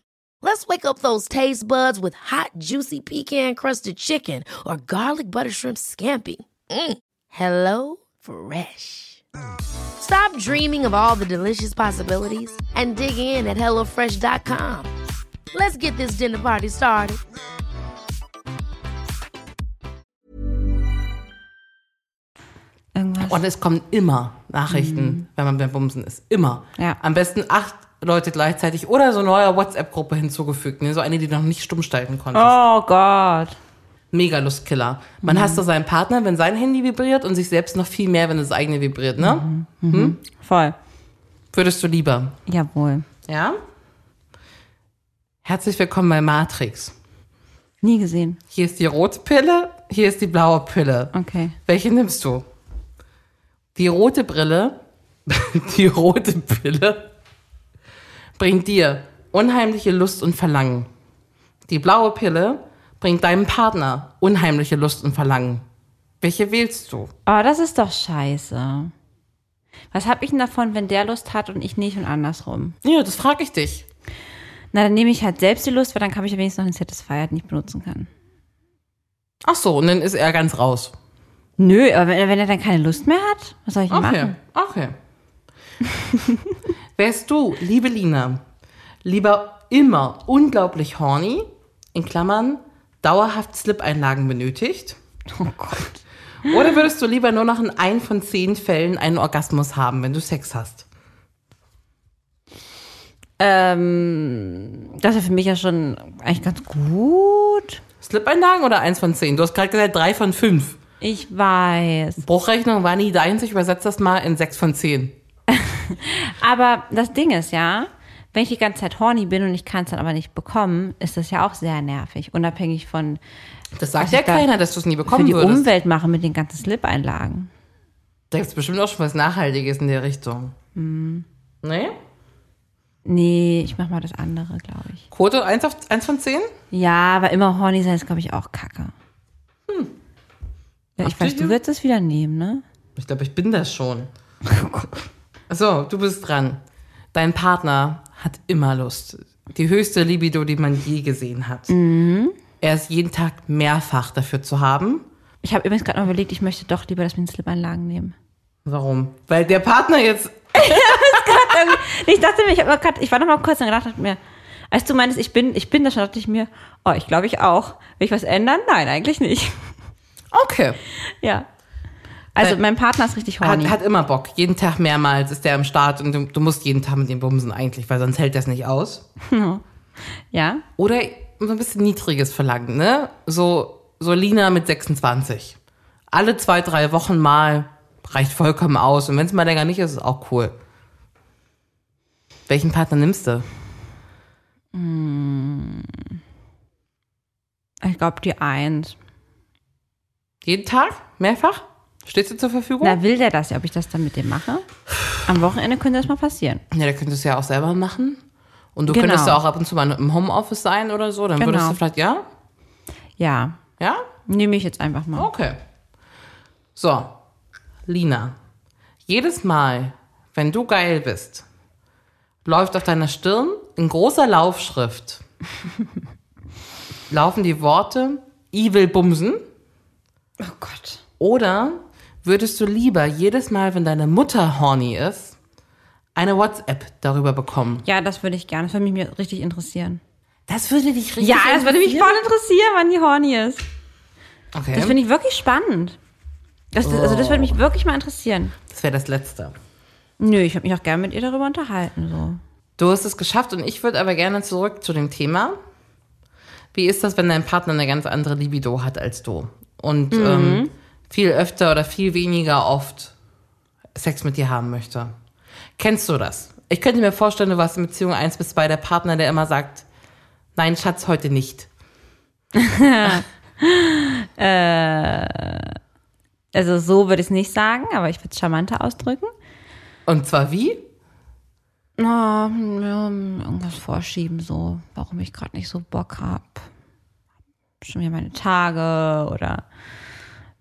[SPEAKER 6] Let's wake up those taste buds with hot, juicy pecan crusted chicken or garlic butter shrimp scampi. Mm. Hello Fresh. Stop dreaming of all the delicious possibilities and dig in at HelloFresh.com. Let's get this dinner party started.
[SPEAKER 2] Irgendwas.
[SPEAKER 3] Und es kommen immer Nachrichten, wenn man beim Bumsen ist. Immer.
[SPEAKER 2] Mhm. Ja.
[SPEAKER 3] Am besten acht Leute gleichzeitig oder so eine neue WhatsApp-Gruppe hinzugefügt, ne? So eine, die du noch nicht stumm schalten konntest.
[SPEAKER 2] Oh Gott.
[SPEAKER 3] Mega Lustkiller. Man hasst doch seinen Partner, wenn sein Handy vibriert und sich selbst noch viel mehr, wenn das eigene vibriert, ne?
[SPEAKER 2] Voll.
[SPEAKER 3] Würdest du lieber?
[SPEAKER 2] Jawohl.
[SPEAKER 3] Ja? Herzlich willkommen bei Matrix.
[SPEAKER 2] Nie gesehen.
[SPEAKER 3] Hier ist die rote Pille, hier ist die blaue Pille.
[SPEAKER 2] Okay.
[SPEAKER 3] Welche nimmst du? Die rote Brille, die rote Pille bringt dir unheimliche Lust und Verlangen. Die blaue Pille bringt deinem Partner unheimliche Lust und Verlangen. Welche wählst du?
[SPEAKER 2] Oh, das ist doch scheiße. Was hab ich denn davon, wenn der Lust hat und ich nicht und andersrum?
[SPEAKER 3] Ja, das frage ich dich.
[SPEAKER 2] Na, dann nehme ich halt selbst die Lust, weil dann kann ich ja wenigstens noch den Satisfier, den ich benutzen kann.
[SPEAKER 3] Ach so, und dann ist er ganz raus.
[SPEAKER 2] Nö, aber wenn, wenn er dann keine Lust mehr hat, was soll ich denn
[SPEAKER 3] Okay,
[SPEAKER 2] machen?
[SPEAKER 3] okay. Wärst du, liebe Lina, lieber immer unglaublich horny, in Klammern, dauerhaft Slip-Einlagen benötigt?
[SPEAKER 2] Oh Gott.
[SPEAKER 3] Oder würdest du lieber nur noch in ein von zehn Fällen einen Orgasmus haben, wenn du Sex hast?
[SPEAKER 2] Ähm, das ist ja für mich ja schon eigentlich ganz gut.
[SPEAKER 3] Slip-Einlagen oder eins von zehn? Du hast gerade gesagt, drei von fünf.
[SPEAKER 2] Ich weiß.
[SPEAKER 3] Bruchrechnung war nie deins, ich übersetze das mal in sechs von zehn.
[SPEAKER 2] Aber das Ding ist ja, wenn ich die ganze Zeit horny bin und ich kann es dann aber nicht bekommen, ist das ja auch sehr nervig. Unabhängig von
[SPEAKER 3] Das sagt
[SPEAKER 2] Was
[SPEAKER 3] ja
[SPEAKER 2] ich da-
[SPEAKER 3] keiner, dass du es nie
[SPEAKER 2] für
[SPEAKER 3] bekommen
[SPEAKER 2] die
[SPEAKER 3] würdest.
[SPEAKER 2] Umwelt machen mit den ganzen Slip-Einlagen.
[SPEAKER 3] Da gibt es bestimmt auch schon was Nachhaltiges in der Richtung. Nee?
[SPEAKER 2] Nee, ich mach mal das andere, glaube ich.
[SPEAKER 3] Quote eins auf, eins von zehn?
[SPEAKER 2] Hm. Ja, aber immer horny sein ist, glaube ich, auch kacke. Ja, ich
[SPEAKER 3] Ach,
[SPEAKER 2] weiß,
[SPEAKER 3] du-
[SPEAKER 2] du wirst es wieder nehmen, ne?
[SPEAKER 3] Ich glaube, ich bin das schon.
[SPEAKER 2] Oh
[SPEAKER 3] So, du bist dran. Dein Partner hat immer Lust. Die höchste Libido, die man je gesehen hat. Er ist jeden Tag mehrfach dafür zu haben.
[SPEAKER 2] Ich habe übrigens gerade mal überlegt, ich möchte doch lieber das mit den Slipanlagen nehmen.
[SPEAKER 3] Warum? Weil der Partner jetzt.
[SPEAKER 2] Nee, Ich dachte mir, ich, hab mal grad, ich war noch mal kurz und gedacht hab mir, als du meintest, ich bin, ich bin da schon, dachte ich mir, oh, ich glaube ich auch. Will ich was ändern? Nein, eigentlich nicht.
[SPEAKER 3] Okay.
[SPEAKER 2] Ja. Also
[SPEAKER 3] Weil-
[SPEAKER 2] mein Partner ist richtig horny.
[SPEAKER 3] Hat, hat immer Bock. Jeden Tag mehrmals ist der am Start und du, du musst jeden Tag mit dem bumsen eigentlich, weil sonst hält das nicht aus.
[SPEAKER 2] ja.
[SPEAKER 3] Oder so ein bisschen niedriges Verlangen, ne? So, so Lina mit 26. Alle zwei, drei Wochen mal reicht vollkommen aus. Und wenn es mal länger nicht ist, ist auch cool. Welchen Partner nimmst du?
[SPEAKER 2] Ich glaube die eins.
[SPEAKER 3] Jeden Tag? Mehrfach? Stehst du zur Verfügung?
[SPEAKER 2] Na, will der das ja, ob ich das dann mit dem mache? Am Wochenende könnte das mal passieren.
[SPEAKER 3] Ja, da könntest du ja auch selber machen. Und du
[SPEAKER 2] Genau.
[SPEAKER 3] könntest ja auch ab und zu mal im Homeoffice sein oder so. Dann würdest
[SPEAKER 2] Genau.
[SPEAKER 3] du vielleicht, ja?
[SPEAKER 2] Ja.
[SPEAKER 3] Ja?
[SPEAKER 2] Nehme ich jetzt einfach mal.
[SPEAKER 3] Okay. So, Lina, jedes Mal, wenn du geil bist, läuft auf deiner Stirn in großer Laufschrift laufen die Worte Evil Bumsen
[SPEAKER 2] Oh Gott.
[SPEAKER 3] oder würdest du lieber jedes Mal, wenn deine Mutter horny ist, eine WhatsApp darüber bekommen?
[SPEAKER 2] Ja, das würde ich gerne. Das würde mich mir richtig interessieren.
[SPEAKER 3] Das würde dich richtig
[SPEAKER 2] Ja, das würde mich voll interessieren, wann die horny ist.
[SPEAKER 3] Okay.
[SPEAKER 2] Das
[SPEAKER 3] Das,
[SPEAKER 2] finde ich wirklich spannend. Das, das, also das würde mich wirklich mal interessieren.
[SPEAKER 3] wäre das Letzte.
[SPEAKER 2] Nö, ich habe mich auch gerne mit ihr darüber unterhalten. So.
[SPEAKER 3] Du hast es geschafft und ich würde aber gerne zurück zu dem Thema. Wie ist das, wenn dein Partner eine ganz andere Libido hat als du? Und
[SPEAKER 2] Mhm.
[SPEAKER 3] ähm, viel öfter oder viel weniger oft Sex mit dir haben möchte. Kennst du das? Ich könnte mir vorstellen, du warst in Beziehung 1 bis 2 der Partner, der immer sagt, nein, Schatz, heute nicht.
[SPEAKER 2] Also so würde ich es nicht sagen, aber ich würde es charmanter ausdrücken.
[SPEAKER 3] Und zwar wie?
[SPEAKER 2] Na, hm, ja, hm, irgendwas vorschieben, so, warum ich gerade nicht so Bock habe. Schon wieder meine Tage oder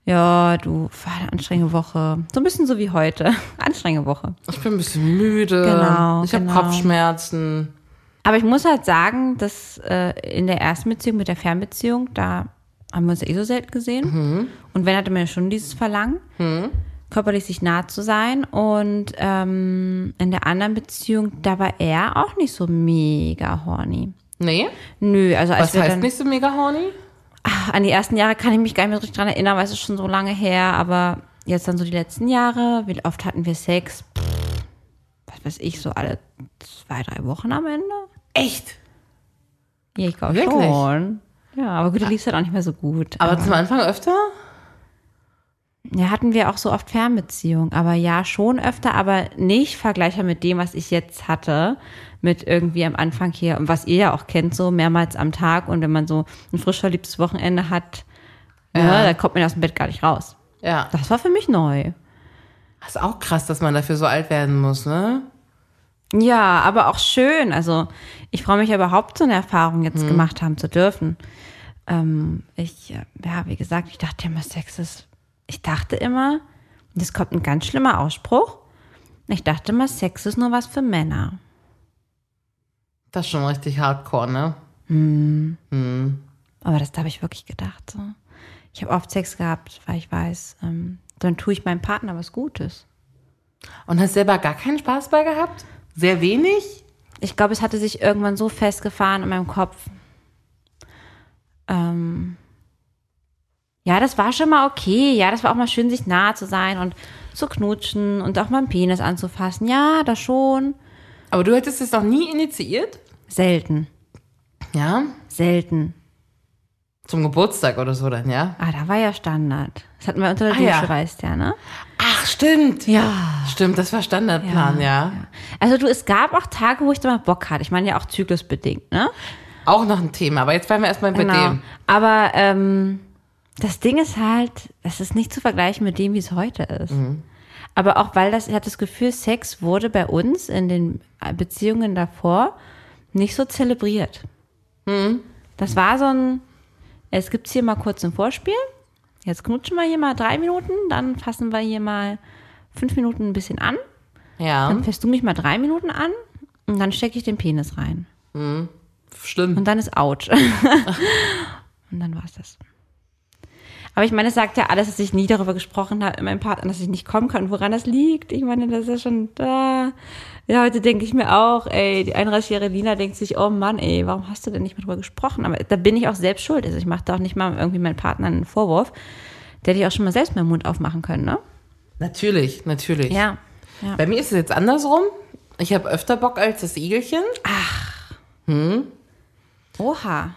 [SPEAKER 2] ja, du, war eine anstrengende Woche. So ein bisschen so wie heute. Anstrengende Woche.
[SPEAKER 3] Ich bin ein bisschen müde.
[SPEAKER 2] Genau,
[SPEAKER 3] ich habe
[SPEAKER 2] genau.
[SPEAKER 3] Kopfschmerzen.
[SPEAKER 2] Aber ich muss halt sagen, dass äh, in der ersten Beziehung mit der Fernbeziehung, da haben wir uns ja eh so selten gesehen.
[SPEAKER 3] Mhm.
[SPEAKER 2] Und wenn hatte man ja schon dieses Verlangen, körperlich sich nah zu sein. Und ähm, in der anderen Beziehung, da war er auch nicht so mega horny.
[SPEAKER 3] Nee?
[SPEAKER 2] Nö, also als
[SPEAKER 3] Was
[SPEAKER 2] wir
[SPEAKER 3] heißt
[SPEAKER 2] dann,
[SPEAKER 3] nicht so mega horny?
[SPEAKER 2] ach, an die ersten Jahre kann ich mich gar nicht mehr so richtig dran erinnern, weil es ist schon so lange her, aber jetzt dann so die letzten Jahre, wie oft hatten wir Sex? Pff, was weiß ich, so alle zwei, drei Wochen am Ende?
[SPEAKER 3] Echt?
[SPEAKER 2] Ja, ich glaube
[SPEAKER 3] Wirklich?
[SPEAKER 2] schon. Ja, aber gut, du liefst halt auch nicht mehr so gut.
[SPEAKER 3] Aber zum Anfang öfter?
[SPEAKER 2] ja, hatten wir auch so oft Fernbeziehungen. Aber ja, schon öfter, aber nicht vergleichbar mit dem, was ich jetzt hatte. Mit irgendwie am Anfang hier, und was ihr ja auch kennt, so mehrmals am Tag. Und wenn man so ein frisch verliebtes Wochenende hat, ja. da kommt man aus dem Bett gar nicht raus.
[SPEAKER 3] Ja.
[SPEAKER 2] Das war für mich neu.
[SPEAKER 3] Das ist auch krass, dass man dafür so alt werden muss, ne?
[SPEAKER 2] Ja, aber auch schön. Also ich freue mich ja überhaupt, so eine Erfahrung jetzt gemacht haben zu dürfen. Ähm, ich, äh, ja, wie gesagt, ich dachte immer, Sex ist, ich dachte immer, und jetzt kommt ein ganz schlimmer Ausspruch, ich dachte immer, Sex ist nur was für Männer.
[SPEAKER 3] Das ist schon richtig hardcore, ne?
[SPEAKER 2] Aber das habe ich wirklich gedacht. So. Ich habe oft Sex gehabt, weil ich weiß, ähm, dann tue ich meinem Partner was Gutes.
[SPEAKER 3] Und hast selber gar keinen Spaß bei gehabt? Sehr wenig?
[SPEAKER 2] Ich glaube, es hatte sich irgendwann so festgefahren in meinem Kopf. Ähm, ja, das war schon mal okay. Ja, das war auch mal schön, sich nahe zu sein und zu knutschen und auch mal einen Penis anzufassen. Ja, das schon.
[SPEAKER 3] Aber du hättest es noch nie initiiert?
[SPEAKER 2] Selten.
[SPEAKER 3] Ja.
[SPEAKER 2] Selten.
[SPEAKER 3] Zum Geburtstag oder so dann, ja?
[SPEAKER 2] Ah, da war ja Standard. Das hatten wir unter der
[SPEAKER 3] Ah,
[SPEAKER 2] Dusche,
[SPEAKER 3] ja.
[SPEAKER 2] weißt ja, ne?
[SPEAKER 3] Ach, stimmt.
[SPEAKER 2] Ja.
[SPEAKER 3] Stimmt, das war Standardplan, ja.
[SPEAKER 2] Also du, es gab auch Tage, wo ich da mal Bock hatte. Ich meine ja auch zyklusbedingt, ne?
[SPEAKER 3] Auch noch ein Thema, aber jetzt bleiben wir erstmal bei dem.
[SPEAKER 2] Genau. Aber ähm, das Ding ist halt, das ist nicht zu vergleichen mit dem, wie es heute ist.
[SPEAKER 3] Mhm.
[SPEAKER 2] Aber auch weil das, ich habe das Gefühl, Sex wurde bei uns in den Beziehungen davor nicht so
[SPEAKER 3] Mhm.
[SPEAKER 2] zelebriert. Das war so ein, es gibt's hier mal kurz im Vorspiel Jetzt knutschen wir hier mal drei Minuten, dann fassen wir hier mal fünf Minuten ein bisschen an.
[SPEAKER 3] Ja.
[SPEAKER 2] Dann fährst du mich mal drei Minuten an und dann stecke ich den Penis rein.
[SPEAKER 3] Schlimm.
[SPEAKER 2] Und dann ist ouch. und dann war es das. Aber ich meine, es sagt ja alles, dass ich nie darüber gesprochen habe in meinem Partner, dass ich nicht kommen kann, und woran das liegt. Ich meine, das ist ja schon da. Ja, heute denke ich mir auch, ey, die 31-jährige Lina denkt sich, oh Mann, ey, warum hast du denn nicht mehr drüber gesprochen? Aber da bin ich auch selbst schuld. Also ich mache da auch nicht mal irgendwie meinem Partner einen Vorwurf. Der hätte ich auch schon mal selbst meinen Mund aufmachen können, ne?
[SPEAKER 3] Natürlich, natürlich.
[SPEAKER 2] Ja. ja.
[SPEAKER 3] Bei mir ist es jetzt andersrum. Ich habe öfter Bock als das Igelchen.
[SPEAKER 2] Oha.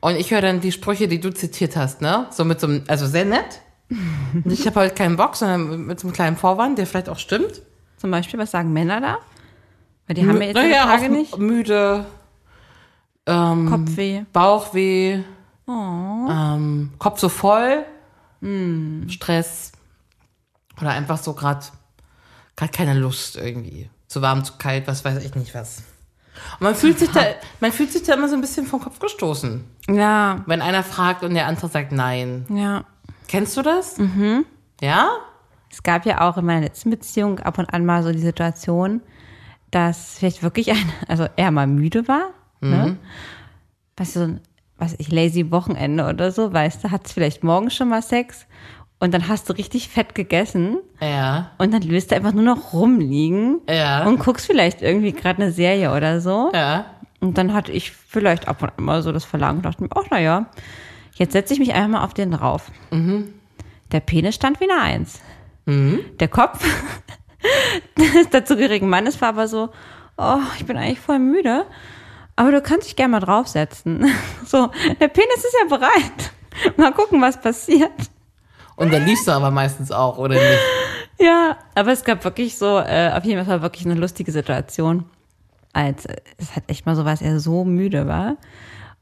[SPEAKER 3] Und ich höre dann die Sprüche, die du zitiert hast, ne? So mit so einem, also sehr nett. Und ich habe heute keinen Bock, sondern mit so einem kleinen Vorwand, der vielleicht auch stimmt.
[SPEAKER 2] Zum Beispiel, was sagen Männer da? Weil die haben ja jetzt die
[SPEAKER 3] Naja,
[SPEAKER 2] Tage
[SPEAKER 3] auch
[SPEAKER 2] nicht.
[SPEAKER 3] Müde,
[SPEAKER 2] Kopfweh.
[SPEAKER 3] Bauchweh,
[SPEAKER 2] Oh.
[SPEAKER 3] ähm, Kopf so voll,
[SPEAKER 2] Hm.
[SPEAKER 3] Stress oder einfach so gerade gerade keine Lust irgendwie. Zu warm, zu kalt, was weiß ich nicht was. Und man fühlt sich da, man fühlt sich da immer so ein bisschen vom Kopf gestoßen,
[SPEAKER 2] Ja,
[SPEAKER 3] wenn einer fragt und der andere sagt nein.
[SPEAKER 2] ja.
[SPEAKER 3] Kennst du das? Mhm. Ja?
[SPEAKER 2] Es gab ja auch in meiner letzten Beziehung ab und an mal so die Situation, dass vielleicht wirklich ein, also er mal müde war. Ne? Weißt du, so ein, weiß ich, lazy Wochenende oder so, weißt du, hat's vielleicht morgen schon mal Sex und dann hast du richtig fett gegessen
[SPEAKER 3] Ja.
[SPEAKER 2] und dann willst du einfach nur noch rumliegen
[SPEAKER 3] Ja.
[SPEAKER 2] und guckst vielleicht irgendwie gerade eine Serie oder so.
[SPEAKER 3] Ja.
[SPEAKER 2] Und dann hatte ich vielleicht ab und an mal so das Verlangen und dachte mir, ach naja, jetzt setze ich mich einfach mal auf den drauf. Der Penis stand wie eine Eins. Der Kopf des dazu geringen Mannes war aber so, oh, ich bin eigentlich voll müde, aber du kannst dich gerne mal draufsetzen. So, der Penis ist ja bereit. Mal gucken, was passiert.
[SPEAKER 3] Und dann liebst du aber meistens auch, oder nicht?
[SPEAKER 2] Ja, aber es gab wirklich so, äh, auf jeden Fall wirklich eine lustige Situation, als äh, es hat echt mal so war, als er so müde war.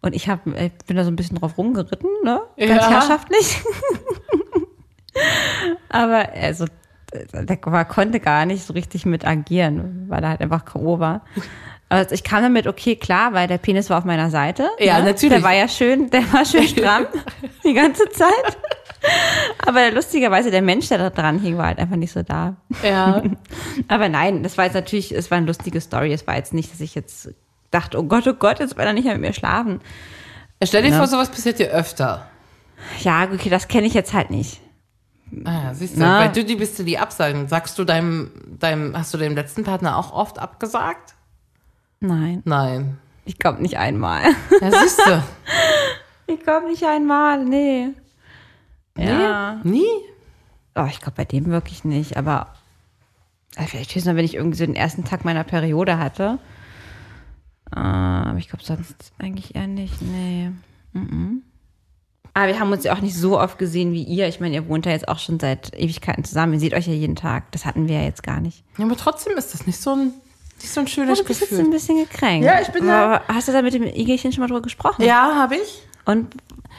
[SPEAKER 2] Und ich, hab, ich bin da so ein bisschen drauf rumgeritten, ne? Ganz
[SPEAKER 3] Ja.
[SPEAKER 2] herrschaftlich. aber also, der war, konnte gar nicht so richtig mit agieren, weil er halt einfach K.O. war. Aber also, ich kam damit okay klar, weil der Penis war auf meiner Seite. ne?
[SPEAKER 3] Ja, natürlich.
[SPEAKER 2] Der war ja schön, der war schön stramm die ganze Zeit. Aber lustigerweise, der Mensch, der da dran hing, war halt einfach nicht so da.
[SPEAKER 3] Ja.
[SPEAKER 2] Aber nein, das war jetzt natürlich, es war eine lustige Story. Es war jetzt nicht, dass ich jetzt dachte, oh Gott, oh Gott, jetzt will er nicht mehr mit mir schlafen.
[SPEAKER 3] Stell dir vor, sowas passiert dir öfter.
[SPEAKER 2] Ja, okay, das kenne ich jetzt halt nicht.
[SPEAKER 3] Ah, siehst du,
[SPEAKER 2] Na.
[SPEAKER 3] weil du die bist, die die absagen. Sagst du deinem, deinem, hast du dem letzten Partner auch oft abgesagt?
[SPEAKER 2] Nein,
[SPEAKER 3] Nein.
[SPEAKER 2] ich glaube nicht einmal.
[SPEAKER 3] Ja, siehst du.
[SPEAKER 2] Ich glaube nicht einmal, nee. Ja.
[SPEAKER 3] Nie?
[SPEAKER 2] Oh, ich glaube bei dem wirklich nicht, aber äh, vielleicht höchstens, wenn ich irgendwie so den ersten Tag meiner Periode hatte. Äh, aber ich glaube sonst eigentlich eher nicht, nee. Mhm. Aber wir haben uns ja auch nicht so oft gesehen wie ihr. Ich meine, ihr wohnt ja jetzt auch schon seit Ewigkeiten zusammen. Ihr seht euch ja jeden Tag. Das hatten wir ja jetzt gar nicht.
[SPEAKER 3] Ja, aber trotzdem ist das nicht so ein, nicht so ein schönes
[SPEAKER 2] Du bist jetzt ein
[SPEAKER 3] Gefühl.
[SPEAKER 2] bisschen gekränkt.
[SPEAKER 3] Ja, ich bin da-
[SPEAKER 2] Aber hast du da mit dem Igelchen schon mal drüber gesprochen?
[SPEAKER 3] Ja, habe ich.
[SPEAKER 2] Und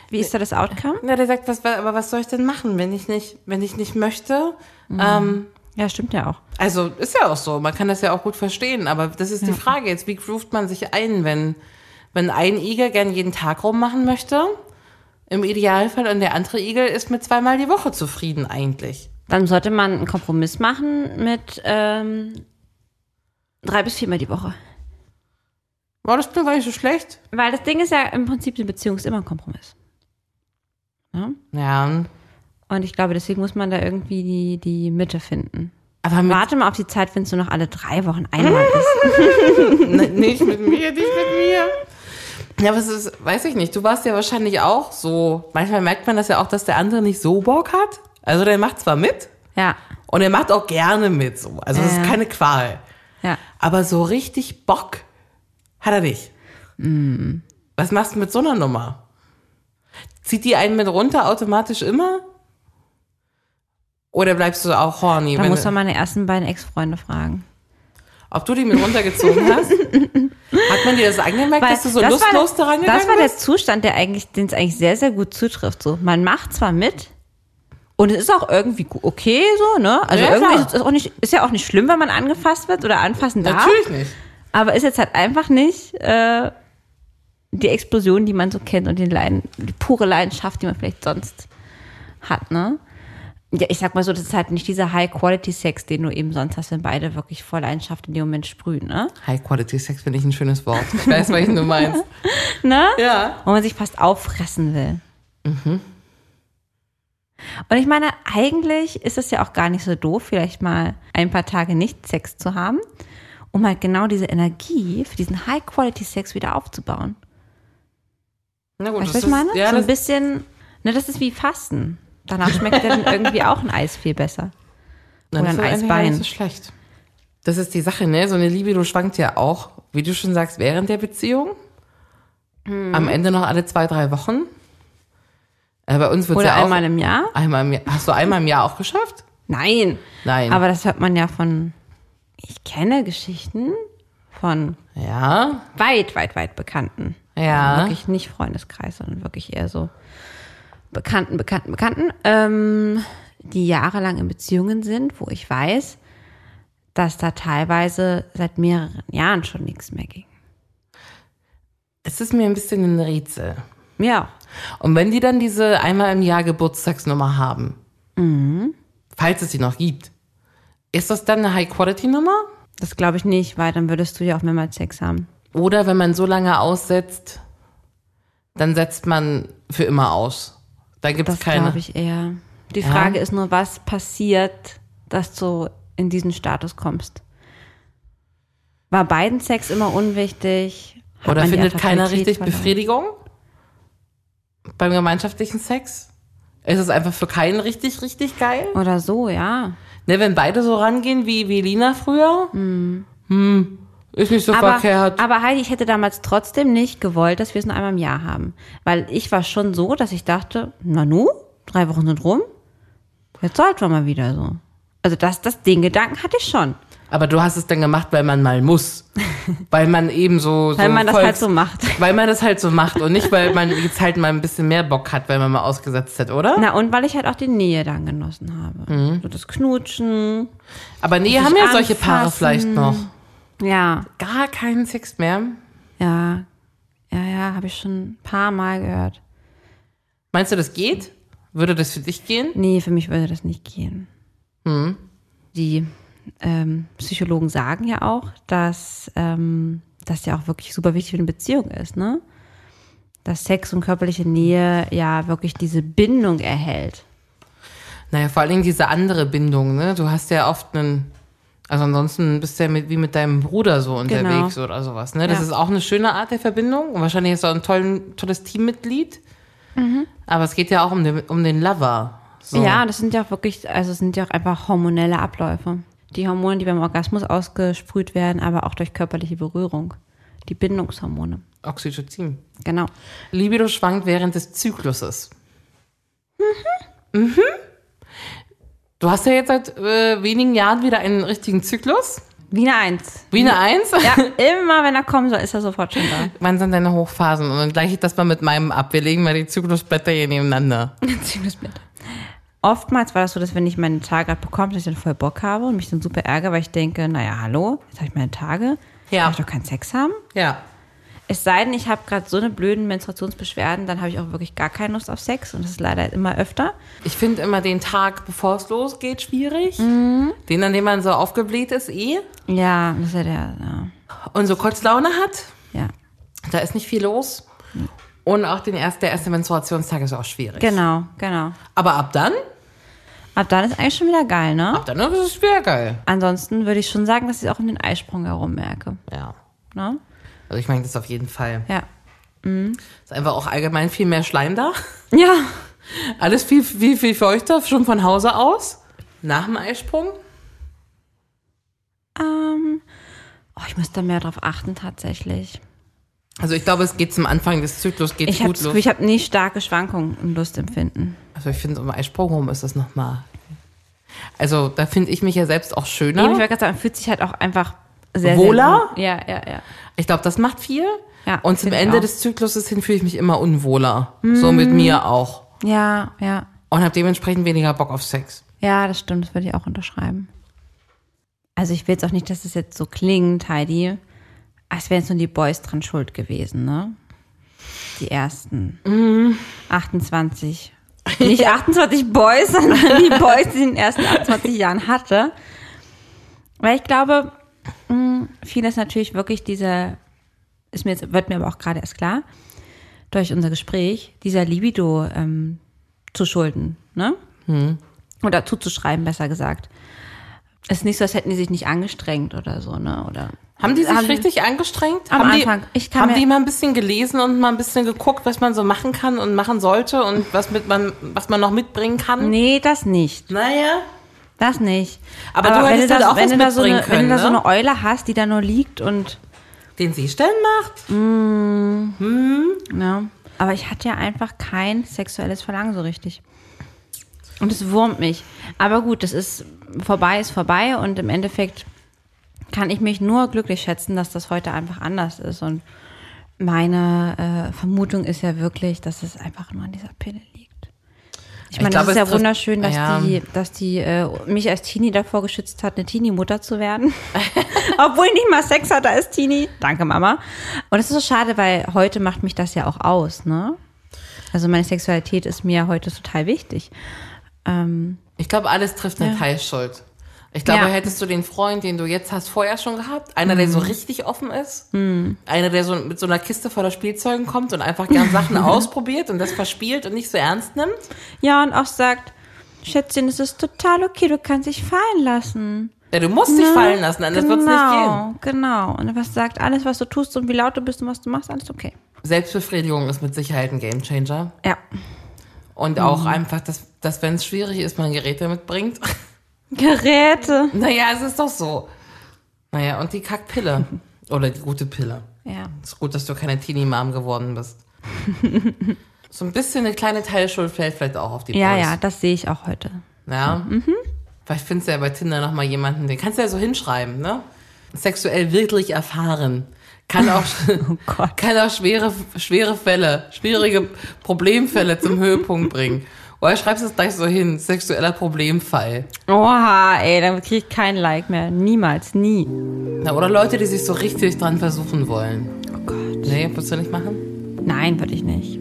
[SPEAKER 2] wie ist da das Outcome?
[SPEAKER 3] Na, der sagt, was, aber was soll ich denn machen, wenn ich nicht, wenn ich nicht möchte? Ähm,
[SPEAKER 2] Ja, stimmt ja auch.
[SPEAKER 3] also ist ja auch so, man kann das ja auch gut verstehen, aber das ist die Frage jetzt, wie groovt man sich ein, wenn, wenn ein Igel gern jeden Tag rummachen möchte, im Idealfall, und der andere Igel ist mit zweimal die Woche zufrieden eigentlich.
[SPEAKER 2] Dann sollte man einen Kompromiss machen mit ähm, drei bis viermal die Woche.
[SPEAKER 3] War das nur, weil ich so schlecht?
[SPEAKER 2] Weil das Ding ist ja im Prinzip, eine Beziehung ist immer ein Kompromiss. Ja?
[SPEAKER 3] Ja,
[SPEAKER 2] Und ich glaube, deswegen muss man da irgendwie die, die Mitte finden.
[SPEAKER 3] aber mit,
[SPEAKER 2] Warte mal auf die Zeit, wenn es nur noch alle drei Wochen einmal ist.
[SPEAKER 3] Ne, nicht mit mir, nicht mit mir. Ja, aber es ist, weiß ich nicht, du warst ja wahrscheinlich auch so, manchmal merkt man das ja auch, dass der andere nicht so Bock hat. Also der macht zwar mit
[SPEAKER 2] Ja,
[SPEAKER 3] und er macht auch gerne mit, so. Also es
[SPEAKER 2] Ja.
[SPEAKER 3] ist keine Qual.
[SPEAKER 2] ja.
[SPEAKER 3] Aber so richtig Bock hat er nicht. Was machst du mit so einer Nummer? Zieht die einen mit runter automatisch immer? Oder bleibst du auch horny?
[SPEAKER 2] Da
[SPEAKER 3] wenn
[SPEAKER 2] muss
[SPEAKER 3] du-
[SPEAKER 2] man meine ersten beiden Ex-Freunde fragen.
[SPEAKER 3] Ob du die mit runtergezogen hast? Hat man dir das angemerkt, dass du so
[SPEAKER 2] das war
[SPEAKER 3] lustlos
[SPEAKER 2] der-
[SPEAKER 3] daran
[SPEAKER 2] Das
[SPEAKER 3] gegangen
[SPEAKER 2] war der
[SPEAKER 3] bist?
[SPEAKER 2] Zustand, der eigentlich, den es eigentlich sehr, sehr gut zutrifft. So, man macht zwar mit und es ist auch irgendwie gu- okay so, ne? Also
[SPEAKER 3] Ja,
[SPEAKER 2] irgendwie
[SPEAKER 3] klar.
[SPEAKER 2] ist, es auch nicht, ist ja auch nicht schlimm, wenn man angefasst wird oder anfassen darf.
[SPEAKER 3] Natürlich nicht.
[SPEAKER 2] Aber ist jetzt halt einfach nicht äh, die Explosion, die man so kennt und den Leiden, die pure Leidenschaft, die man vielleicht sonst hat, ne? Ja, ich sag mal so, das ist halt nicht dieser High-Quality-Sex, den du eben sonst hast, wenn beide wirklich voll Leidenschaft in dem Moment sprühen, ne?
[SPEAKER 3] High Quality Sex finde ich ein schönes Wort. Ich weiß, welchen du meinst.
[SPEAKER 2] Ne?
[SPEAKER 3] Ja.
[SPEAKER 2] Wo man sich fast auffressen will.
[SPEAKER 3] Mhm.
[SPEAKER 2] Und ich meine, eigentlich ist es ja auch gar nicht so doof, vielleicht mal ein paar Tage nicht Sex zu haben, um halt genau diese Energie für diesen High-Quality-Sex wieder aufzubauen.
[SPEAKER 3] Na gut,
[SPEAKER 2] Weißt du, was ich meine?
[SPEAKER 3] Ja,
[SPEAKER 2] so ein
[SPEAKER 3] das,
[SPEAKER 2] bisschen, ne, das ist wie Fasten. Danach schmeckt ja dann irgendwie auch ein Eis viel besser.
[SPEAKER 3] na,
[SPEAKER 2] oder ein
[SPEAKER 3] das ist eigentlich
[SPEAKER 2] Eisbein.
[SPEAKER 3] gar nicht so schlecht. Das ist die Sache, ne? So eine Libido schwankt ja auch, wie du schon sagst, während der Beziehung. Am Ende noch alle zwei, drei Wochen. Äh, bei uns wird
[SPEAKER 2] Oder
[SPEAKER 3] ja auch
[SPEAKER 2] einmal im Jahr?
[SPEAKER 3] einmal im Jahr. Hast du einmal im Jahr auch geschafft?
[SPEAKER 2] Nein.
[SPEAKER 3] Nein.
[SPEAKER 2] Aber das hört man ja von, ich kenne Geschichten von
[SPEAKER 3] ja.
[SPEAKER 2] weit, weit, weit Bekannten.
[SPEAKER 3] Ja.
[SPEAKER 2] Wirklich nicht Freundeskreis, sondern wirklich eher so Bekannten, Bekannten, Bekannten, ähm, die jahrelang in Beziehungen sind, wo ich weiß, dass da teilweise seit mehreren Jahren schon nichts mehr ging.
[SPEAKER 3] Es ist mir ein bisschen ein Rätsel.
[SPEAKER 2] Ja.
[SPEAKER 3] Und wenn die dann diese einmal im Jahr Geburtstagsnummer haben, Mhm. falls es sie noch gibt, ist das dann eine High-Quality-Nummer?
[SPEAKER 2] Das glaube ich nicht, weil dann würdest du ja auch mehrmals Sex haben.
[SPEAKER 3] Oder wenn man so lange aussetzt, dann setzt man für immer aus. Da gibt es
[SPEAKER 2] Das
[SPEAKER 3] keine.
[SPEAKER 2] glaube ich eher. Die Frage ist nur, was passiert, dass du in diesen Status kommst? War beiden Sex immer unwichtig? Hat
[SPEAKER 3] Oder
[SPEAKER 2] man die
[SPEAKER 3] findet keiner
[SPEAKER 2] Attraktivität
[SPEAKER 3] richtig
[SPEAKER 2] verloren?
[SPEAKER 3] Befriedigung beim gemeinschaftlichen Sex? Ist es einfach für keinen richtig, richtig geil?
[SPEAKER 2] Oder so, ja.
[SPEAKER 3] Ne, wenn beide so rangehen wie, wie Lina früher, hm. ist nicht so
[SPEAKER 2] Aber,
[SPEAKER 3] verkehrt.
[SPEAKER 2] aber Heidi, ich hätte damals trotzdem nicht gewollt, dass wir es nur einmal im Jahr haben. Weil ich war schon so, dass ich dachte, na nu, drei Wochen sind rum, jetzt sollten wir mal wieder so. Also das, das, den Gedanken hatte ich schon.
[SPEAKER 3] Aber du hast es dann gemacht, weil man mal muss. weil man eben so. so
[SPEAKER 2] Weil man das
[SPEAKER 3] Volks-
[SPEAKER 2] halt so macht.
[SPEAKER 3] Weil man das halt so macht und nicht, weil man jetzt halt mal ein bisschen mehr Bock hat, weil man mal ausgesetzt hat, oder?
[SPEAKER 2] Na, und weil ich halt auch die Nähe dann genossen habe. So das Knutschen.
[SPEAKER 3] Aber nee,
[SPEAKER 2] Sich
[SPEAKER 3] haben ja solche Paare
[SPEAKER 2] anfassen.
[SPEAKER 3] vielleicht noch.
[SPEAKER 2] Ja,
[SPEAKER 3] Gar keinen Sex mehr.
[SPEAKER 2] ja. Ja, ja, habe ich schon ein paar Mal gehört.
[SPEAKER 3] Meinst du, das geht? Würde das für dich gehen?
[SPEAKER 2] Nee, für mich würde das nicht gehen. Die ähm, Psychologen sagen ja auch, dass ähm, das ja auch wirklich super wichtig für eine Beziehung ist, ne? Dass Sex und körperliche Nähe ja wirklich diese Bindung erhält.
[SPEAKER 3] Naja, vor allen Dingen diese andere Bindung, ne? Du hast ja oft einen. Also ansonsten bist du ja mit, wie mit deinem Bruder so unterwegs oder sowas, ne? Das
[SPEAKER 2] Genau. Ja.
[SPEAKER 3] ist auch eine schöne Art der Verbindung. Und wahrscheinlich ist du auch ein tollen, tolles Teammitglied. Aber es geht ja auch um den, um den Lover. So.
[SPEAKER 2] Mhm. Ja, das sind ja auch wirklich, also es sind ja auch einfach hormonelle Abläufe. Die Hormone, die beim Orgasmus ausgesprüht werden, aber auch durch körperliche Berührung. Die Bindungshormone.
[SPEAKER 3] Oxytocin.
[SPEAKER 2] Genau.
[SPEAKER 3] Libido schwankt während des Zykluses. Mhm. Mhm. Du hast ja jetzt seit äh, wenigen Jahren wieder einen richtigen Zyklus.
[SPEAKER 2] Wiener 1.
[SPEAKER 3] Wie eine Eins.
[SPEAKER 2] Ja, immer wenn er kommen soll, ist er sofort schon da.
[SPEAKER 3] Wann sind deine Hochphasen? Und dann gleiche ich das mal mit meinem ab. Wir legen mal die Zyklusblätter hier nebeneinander.
[SPEAKER 2] Beziehungsblätter. Oftmals war das so, dass wenn ich meine Tage halt bekomme, dass ich dann voll Bock habe und mich dann super ärgere, weil ich denke, naja, hallo, jetzt habe ich meine Tage,
[SPEAKER 3] Ja.
[SPEAKER 2] darf ich doch keinen Sex haben.
[SPEAKER 3] Ja.
[SPEAKER 2] Es sei denn, ich habe gerade so eine blöden Menstruationsbeschwerden, dann habe ich auch wirklich gar keine Lust auf Sex und das ist leider immer öfter.
[SPEAKER 3] Ich finde immer den Tag, bevor es losgeht, schwierig.
[SPEAKER 2] Mhm.
[SPEAKER 3] Den, an dem man so aufgebläht ist, eh.
[SPEAKER 2] Ja, das ist ja der, ja.
[SPEAKER 3] Und so kurz Laune hat.
[SPEAKER 2] ja.
[SPEAKER 3] Da ist nicht viel los. Und auch den erst, der erste Menstruationstag ist auch schwierig.
[SPEAKER 2] Genau, genau.
[SPEAKER 3] Aber ab dann?
[SPEAKER 2] Ab dann ist eigentlich schon wieder geil, ne?
[SPEAKER 3] Ab dann ist es schwer geil.
[SPEAKER 2] Ansonsten würde ich schon sagen, dass ich es auch um den Eisprung herum merke,
[SPEAKER 3] Ja.
[SPEAKER 2] ne?
[SPEAKER 3] Also ich meine das auf jeden Fall.
[SPEAKER 2] Ja.
[SPEAKER 3] Ist einfach auch allgemein viel mehr Schleim da.
[SPEAKER 2] Ja.
[SPEAKER 3] Alles viel, viel, viel feuchter, schon von Hause aus. Nach dem Eisprung.
[SPEAKER 2] Ähm, oh, ich müsste da mehr drauf achten tatsächlich.
[SPEAKER 3] Also ich glaube, es geht zum Anfang des Zyklus geht
[SPEAKER 2] Ich habe
[SPEAKER 3] gut los.
[SPEAKER 2] hab nie starke Schwankungen im Lustempfinden.
[SPEAKER 3] Also ich finde, um Eisprung rum ist das nochmal. Also da finde ich mich ja selbst auch schöner.
[SPEAKER 2] Eben, ich wollte gerade sagen, man fühlt sich halt auch einfach sehr
[SPEAKER 3] Wohler?
[SPEAKER 2] Sehr gut. ja, ja, ja.
[SPEAKER 3] Ich glaube, das macht viel.
[SPEAKER 2] Ja,
[SPEAKER 3] Und zum
[SPEAKER 2] find ich
[SPEAKER 3] Ende
[SPEAKER 2] auch. Mm.
[SPEAKER 3] des Zykluses hin fühle ich mich immer unwohler. So mit mir auch.
[SPEAKER 2] Ja, ja.
[SPEAKER 3] Und habe dementsprechend weniger Bock auf Sex.
[SPEAKER 2] Ja, das stimmt, das würde ich auch unterschreiben. Also ich will jetzt auch nicht, dass es jetzt so klingt, Heidi, als wären jetzt nur die Boys dran
[SPEAKER 3] Mhm.
[SPEAKER 2] schuld gewesen, ne? Die ersten. 28 Nicht 28 Boys, sondern die Boys, die ich in den ersten 28 Jahren hatte. Weil ich glaube, mh, vieles natürlich wirklich diese, ist mir jetzt, wird mir aber auch gerade erst klar, durch unser Gespräch, dieser Libido ähm, zu schulden, ne?
[SPEAKER 3] Mhm.
[SPEAKER 2] Oder zuzuschreiben, besser gesagt. Es ist nicht so, als hätten die sich nicht angestrengt oder so, ne? Oder
[SPEAKER 3] Haben die sich richtig angestrengt?
[SPEAKER 2] Am
[SPEAKER 3] haben
[SPEAKER 2] Anfang.
[SPEAKER 3] Die,
[SPEAKER 2] Ich kann
[SPEAKER 3] haben
[SPEAKER 2] mir-
[SPEAKER 3] die mal ein bisschen gelesen und mal ein bisschen geguckt, was man so machen kann und machen sollte und was, mit man, was man noch mitbringen kann?
[SPEAKER 2] Nee, das nicht.
[SPEAKER 3] Naja.
[SPEAKER 2] Das nicht.
[SPEAKER 3] Aber du
[SPEAKER 2] wenn
[SPEAKER 3] hättest
[SPEAKER 2] da,
[SPEAKER 3] halt auch
[SPEAKER 2] wenn
[SPEAKER 3] was
[SPEAKER 2] du da so eine,
[SPEAKER 3] mitbringen
[SPEAKER 2] Wenn
[SPEAKER 3] können,
[SPEAKER 2] du da so
[SPEAKER 3] ne?
[SPEAKER 2] eine Eule hast, die da nur liegt und
[SPEAKER 3] Den Seestern macht?
[SPEAKER 2] Ja. ne? Aber ich hatte ja einfach kein sexuelles Verlangen so richtig. Und es wurmt mich. Aber gut, das ist vorbei, ist vorbei. Und im Endeffekt kann ich mich nur glücklich schätzen, dass das heute einfach anders ist. Und meine äh, Vermutung ist ja wirklich, dass es einfach nur an dieser Pille liegt. Ich meine,
[SPEAKER 3] glaube,
[SPEAKER 2] es ist
[SPEAKER 3] es
[SPEAKER 2] ja
[SPEAKER 3] trifft-
[SPEAKER 2] wunderschön, dass
[SPEAKER 3] ja.
[SPEAKER 2] die, dass die äh, mich als Teenie davor geschützt hat, eine Teenie-Mutter zu werden. Obwohl ich nicht mal Sex hatte als Teenie. Danke, Mama. Und es ist so schade, weil heute macht mich das ja auch aus, ne? Also meine Sexualität ist mir heute total wichtig. Ähm,
[SPEAKER 3] Ich glaube, alles trifft eine Teilschuld. Ich glaube,
[SPEAKER 2] Ja. Mhm.
[SPEAKER 3] hättest du den Freund, den du jetzt hast, vorher schon gehabt, einer, der so richtig offen ist, einer, der so mit so einer Kiste voller Spielzeugen kommt und einfach gern Sachen ausprobiert und das verspielt und nicht so ernst nimmt,
[SPEAKER 2] ja, und auch sagt, Schätzchen, es ist total okay, du kannst dich fallen lassen.
[SPEAKER 3] ja, du musst dich fallen lassen, anders
[SPEAKER 2] genau,
[SPEAKER 3] wird's nicht gehen.
[SPEAKER 2] Genau, und was sagt, alles, was du tust und wie laut du bist und was du machst, alles okay.
[SPEAKER 3] Selbstbefriedigung ist mit Sicherheit ein Gamechanger.
[SPEAKER 2] Ja,
[SPEAKER 3] Und auch
[SPEAKER 2] Mhm.
[SPEAKER 3] einfach, dass, dass wenn es schwierig ist, man Geräte mitbringt.
[SPEAKER 2] Geräte.
[SPEAKER 3] naja, es ist doch so. Naja, und die Kackpille. Oder die gute Pille.
[SPEAKER 2] Ja.
[SPEAKER 3] Ist gut, dass du keine Teenie-Mom geworden bist. so ein bisschen eine kleine Teilschuld fällt vielleicht auch auf die
[SPEAKER 2] Ja,
[SPEAKER 3] Boys.
[SPEAKER 2] ja, das sehe ich auch heute.
[SPEAKER 3] Ja.
[SPEAKER 2] Mhm.
[SPEAKER 3] Vielleicht findest du ja bei Tinder noch mal jemanden, den kannst du ja so hinschreiben, ne? Sexuell wirklich erfahren. Kann auch,
[SPEAKER 2] Oh Gott.
[SPEAKER 3] kann auch schwere, schwere Fälle, schwierige Problemfälle zum Höhepunkt bringen. Oder schreibst es gleich so hin, sexueller Problemfall.
[SPEAKER 2] Oha, ey, dann kriege ich kein Like mehr. Niemals, nie.
[SPEAKER 3] Na, oder Leute, die sich so richtig dran versuchen wollen.
[SPEAKER 2] Oh Gott.
[SPEAKER 3] Nee, willst du nicht machen?
[SPEAKER 2] Nein, würde ich nicht.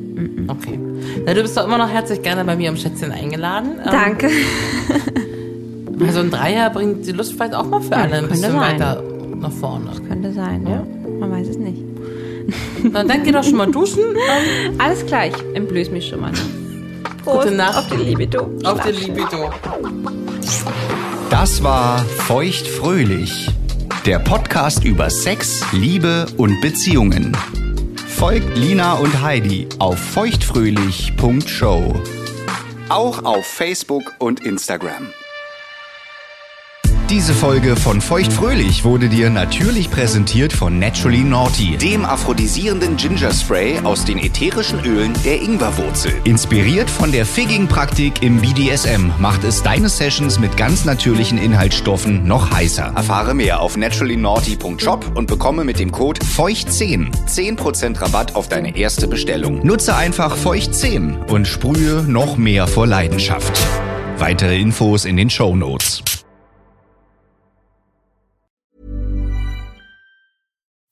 [SPEAKER 3] Okay. Na, du bist doch immer noch herzlich gerne bei mir im Schätzchen eingeladen. Ähm,
[SPEAKER 2] Danke.
[SPEAKER 3] Also ein Dreier bringt die Lust vielleicht auch mal für alle ein
[SPEAKER 2] könnte
[SPEAKER 3] bisschen
[SPEAKER 2] sein.
[SPEAKER 3] weiter nach vorne.
[SPEAKER 2] Könnte sein, ja. Man weiß es nicht.
[SPEAKER 3] Na, dann geh doch schon mal duschen. Ähm,
[SPEAKER 2] Alles gleich. Entblöß mich schon mal.
[SPEAKER 3] Gute Nacht.
[SPEAKER 2] Auf die Libido.
[SPEAKER 3] auf den
[SPEAKER 2] Schlaf schön.
[SPEAKER 3] Libido.
[SPEAKER 1] Das war Feucht fröhlich. Der Podcast über Sex, Liebe und Beziehungen. Folgt Lina und Heidi auf feuchtfröhlich.show. Auch auf Facebook und Instagram. Diese Folge von Feucht Fröhlich wurde dir natürlich präsentiert von Naturally Naughty, dem aphrodisierenden Ginger Spray aus den ätherischen Ölen der Ingwerwurzel. Inspiriert von der Figging-Praktik im BDSM macht es deine Sessions mit ganz natürlichen Inhaltsstoffen noch heißer. Erfahre mehr auf naturallynaughty.shop und bekomme mit dem Code Feucht10 10% Rabatt auf deine erste Bestellung. Nutze einfach Feucht10 und sprühe noch mehr vor Leidenschaft. Weitere Infos in den Show Notes.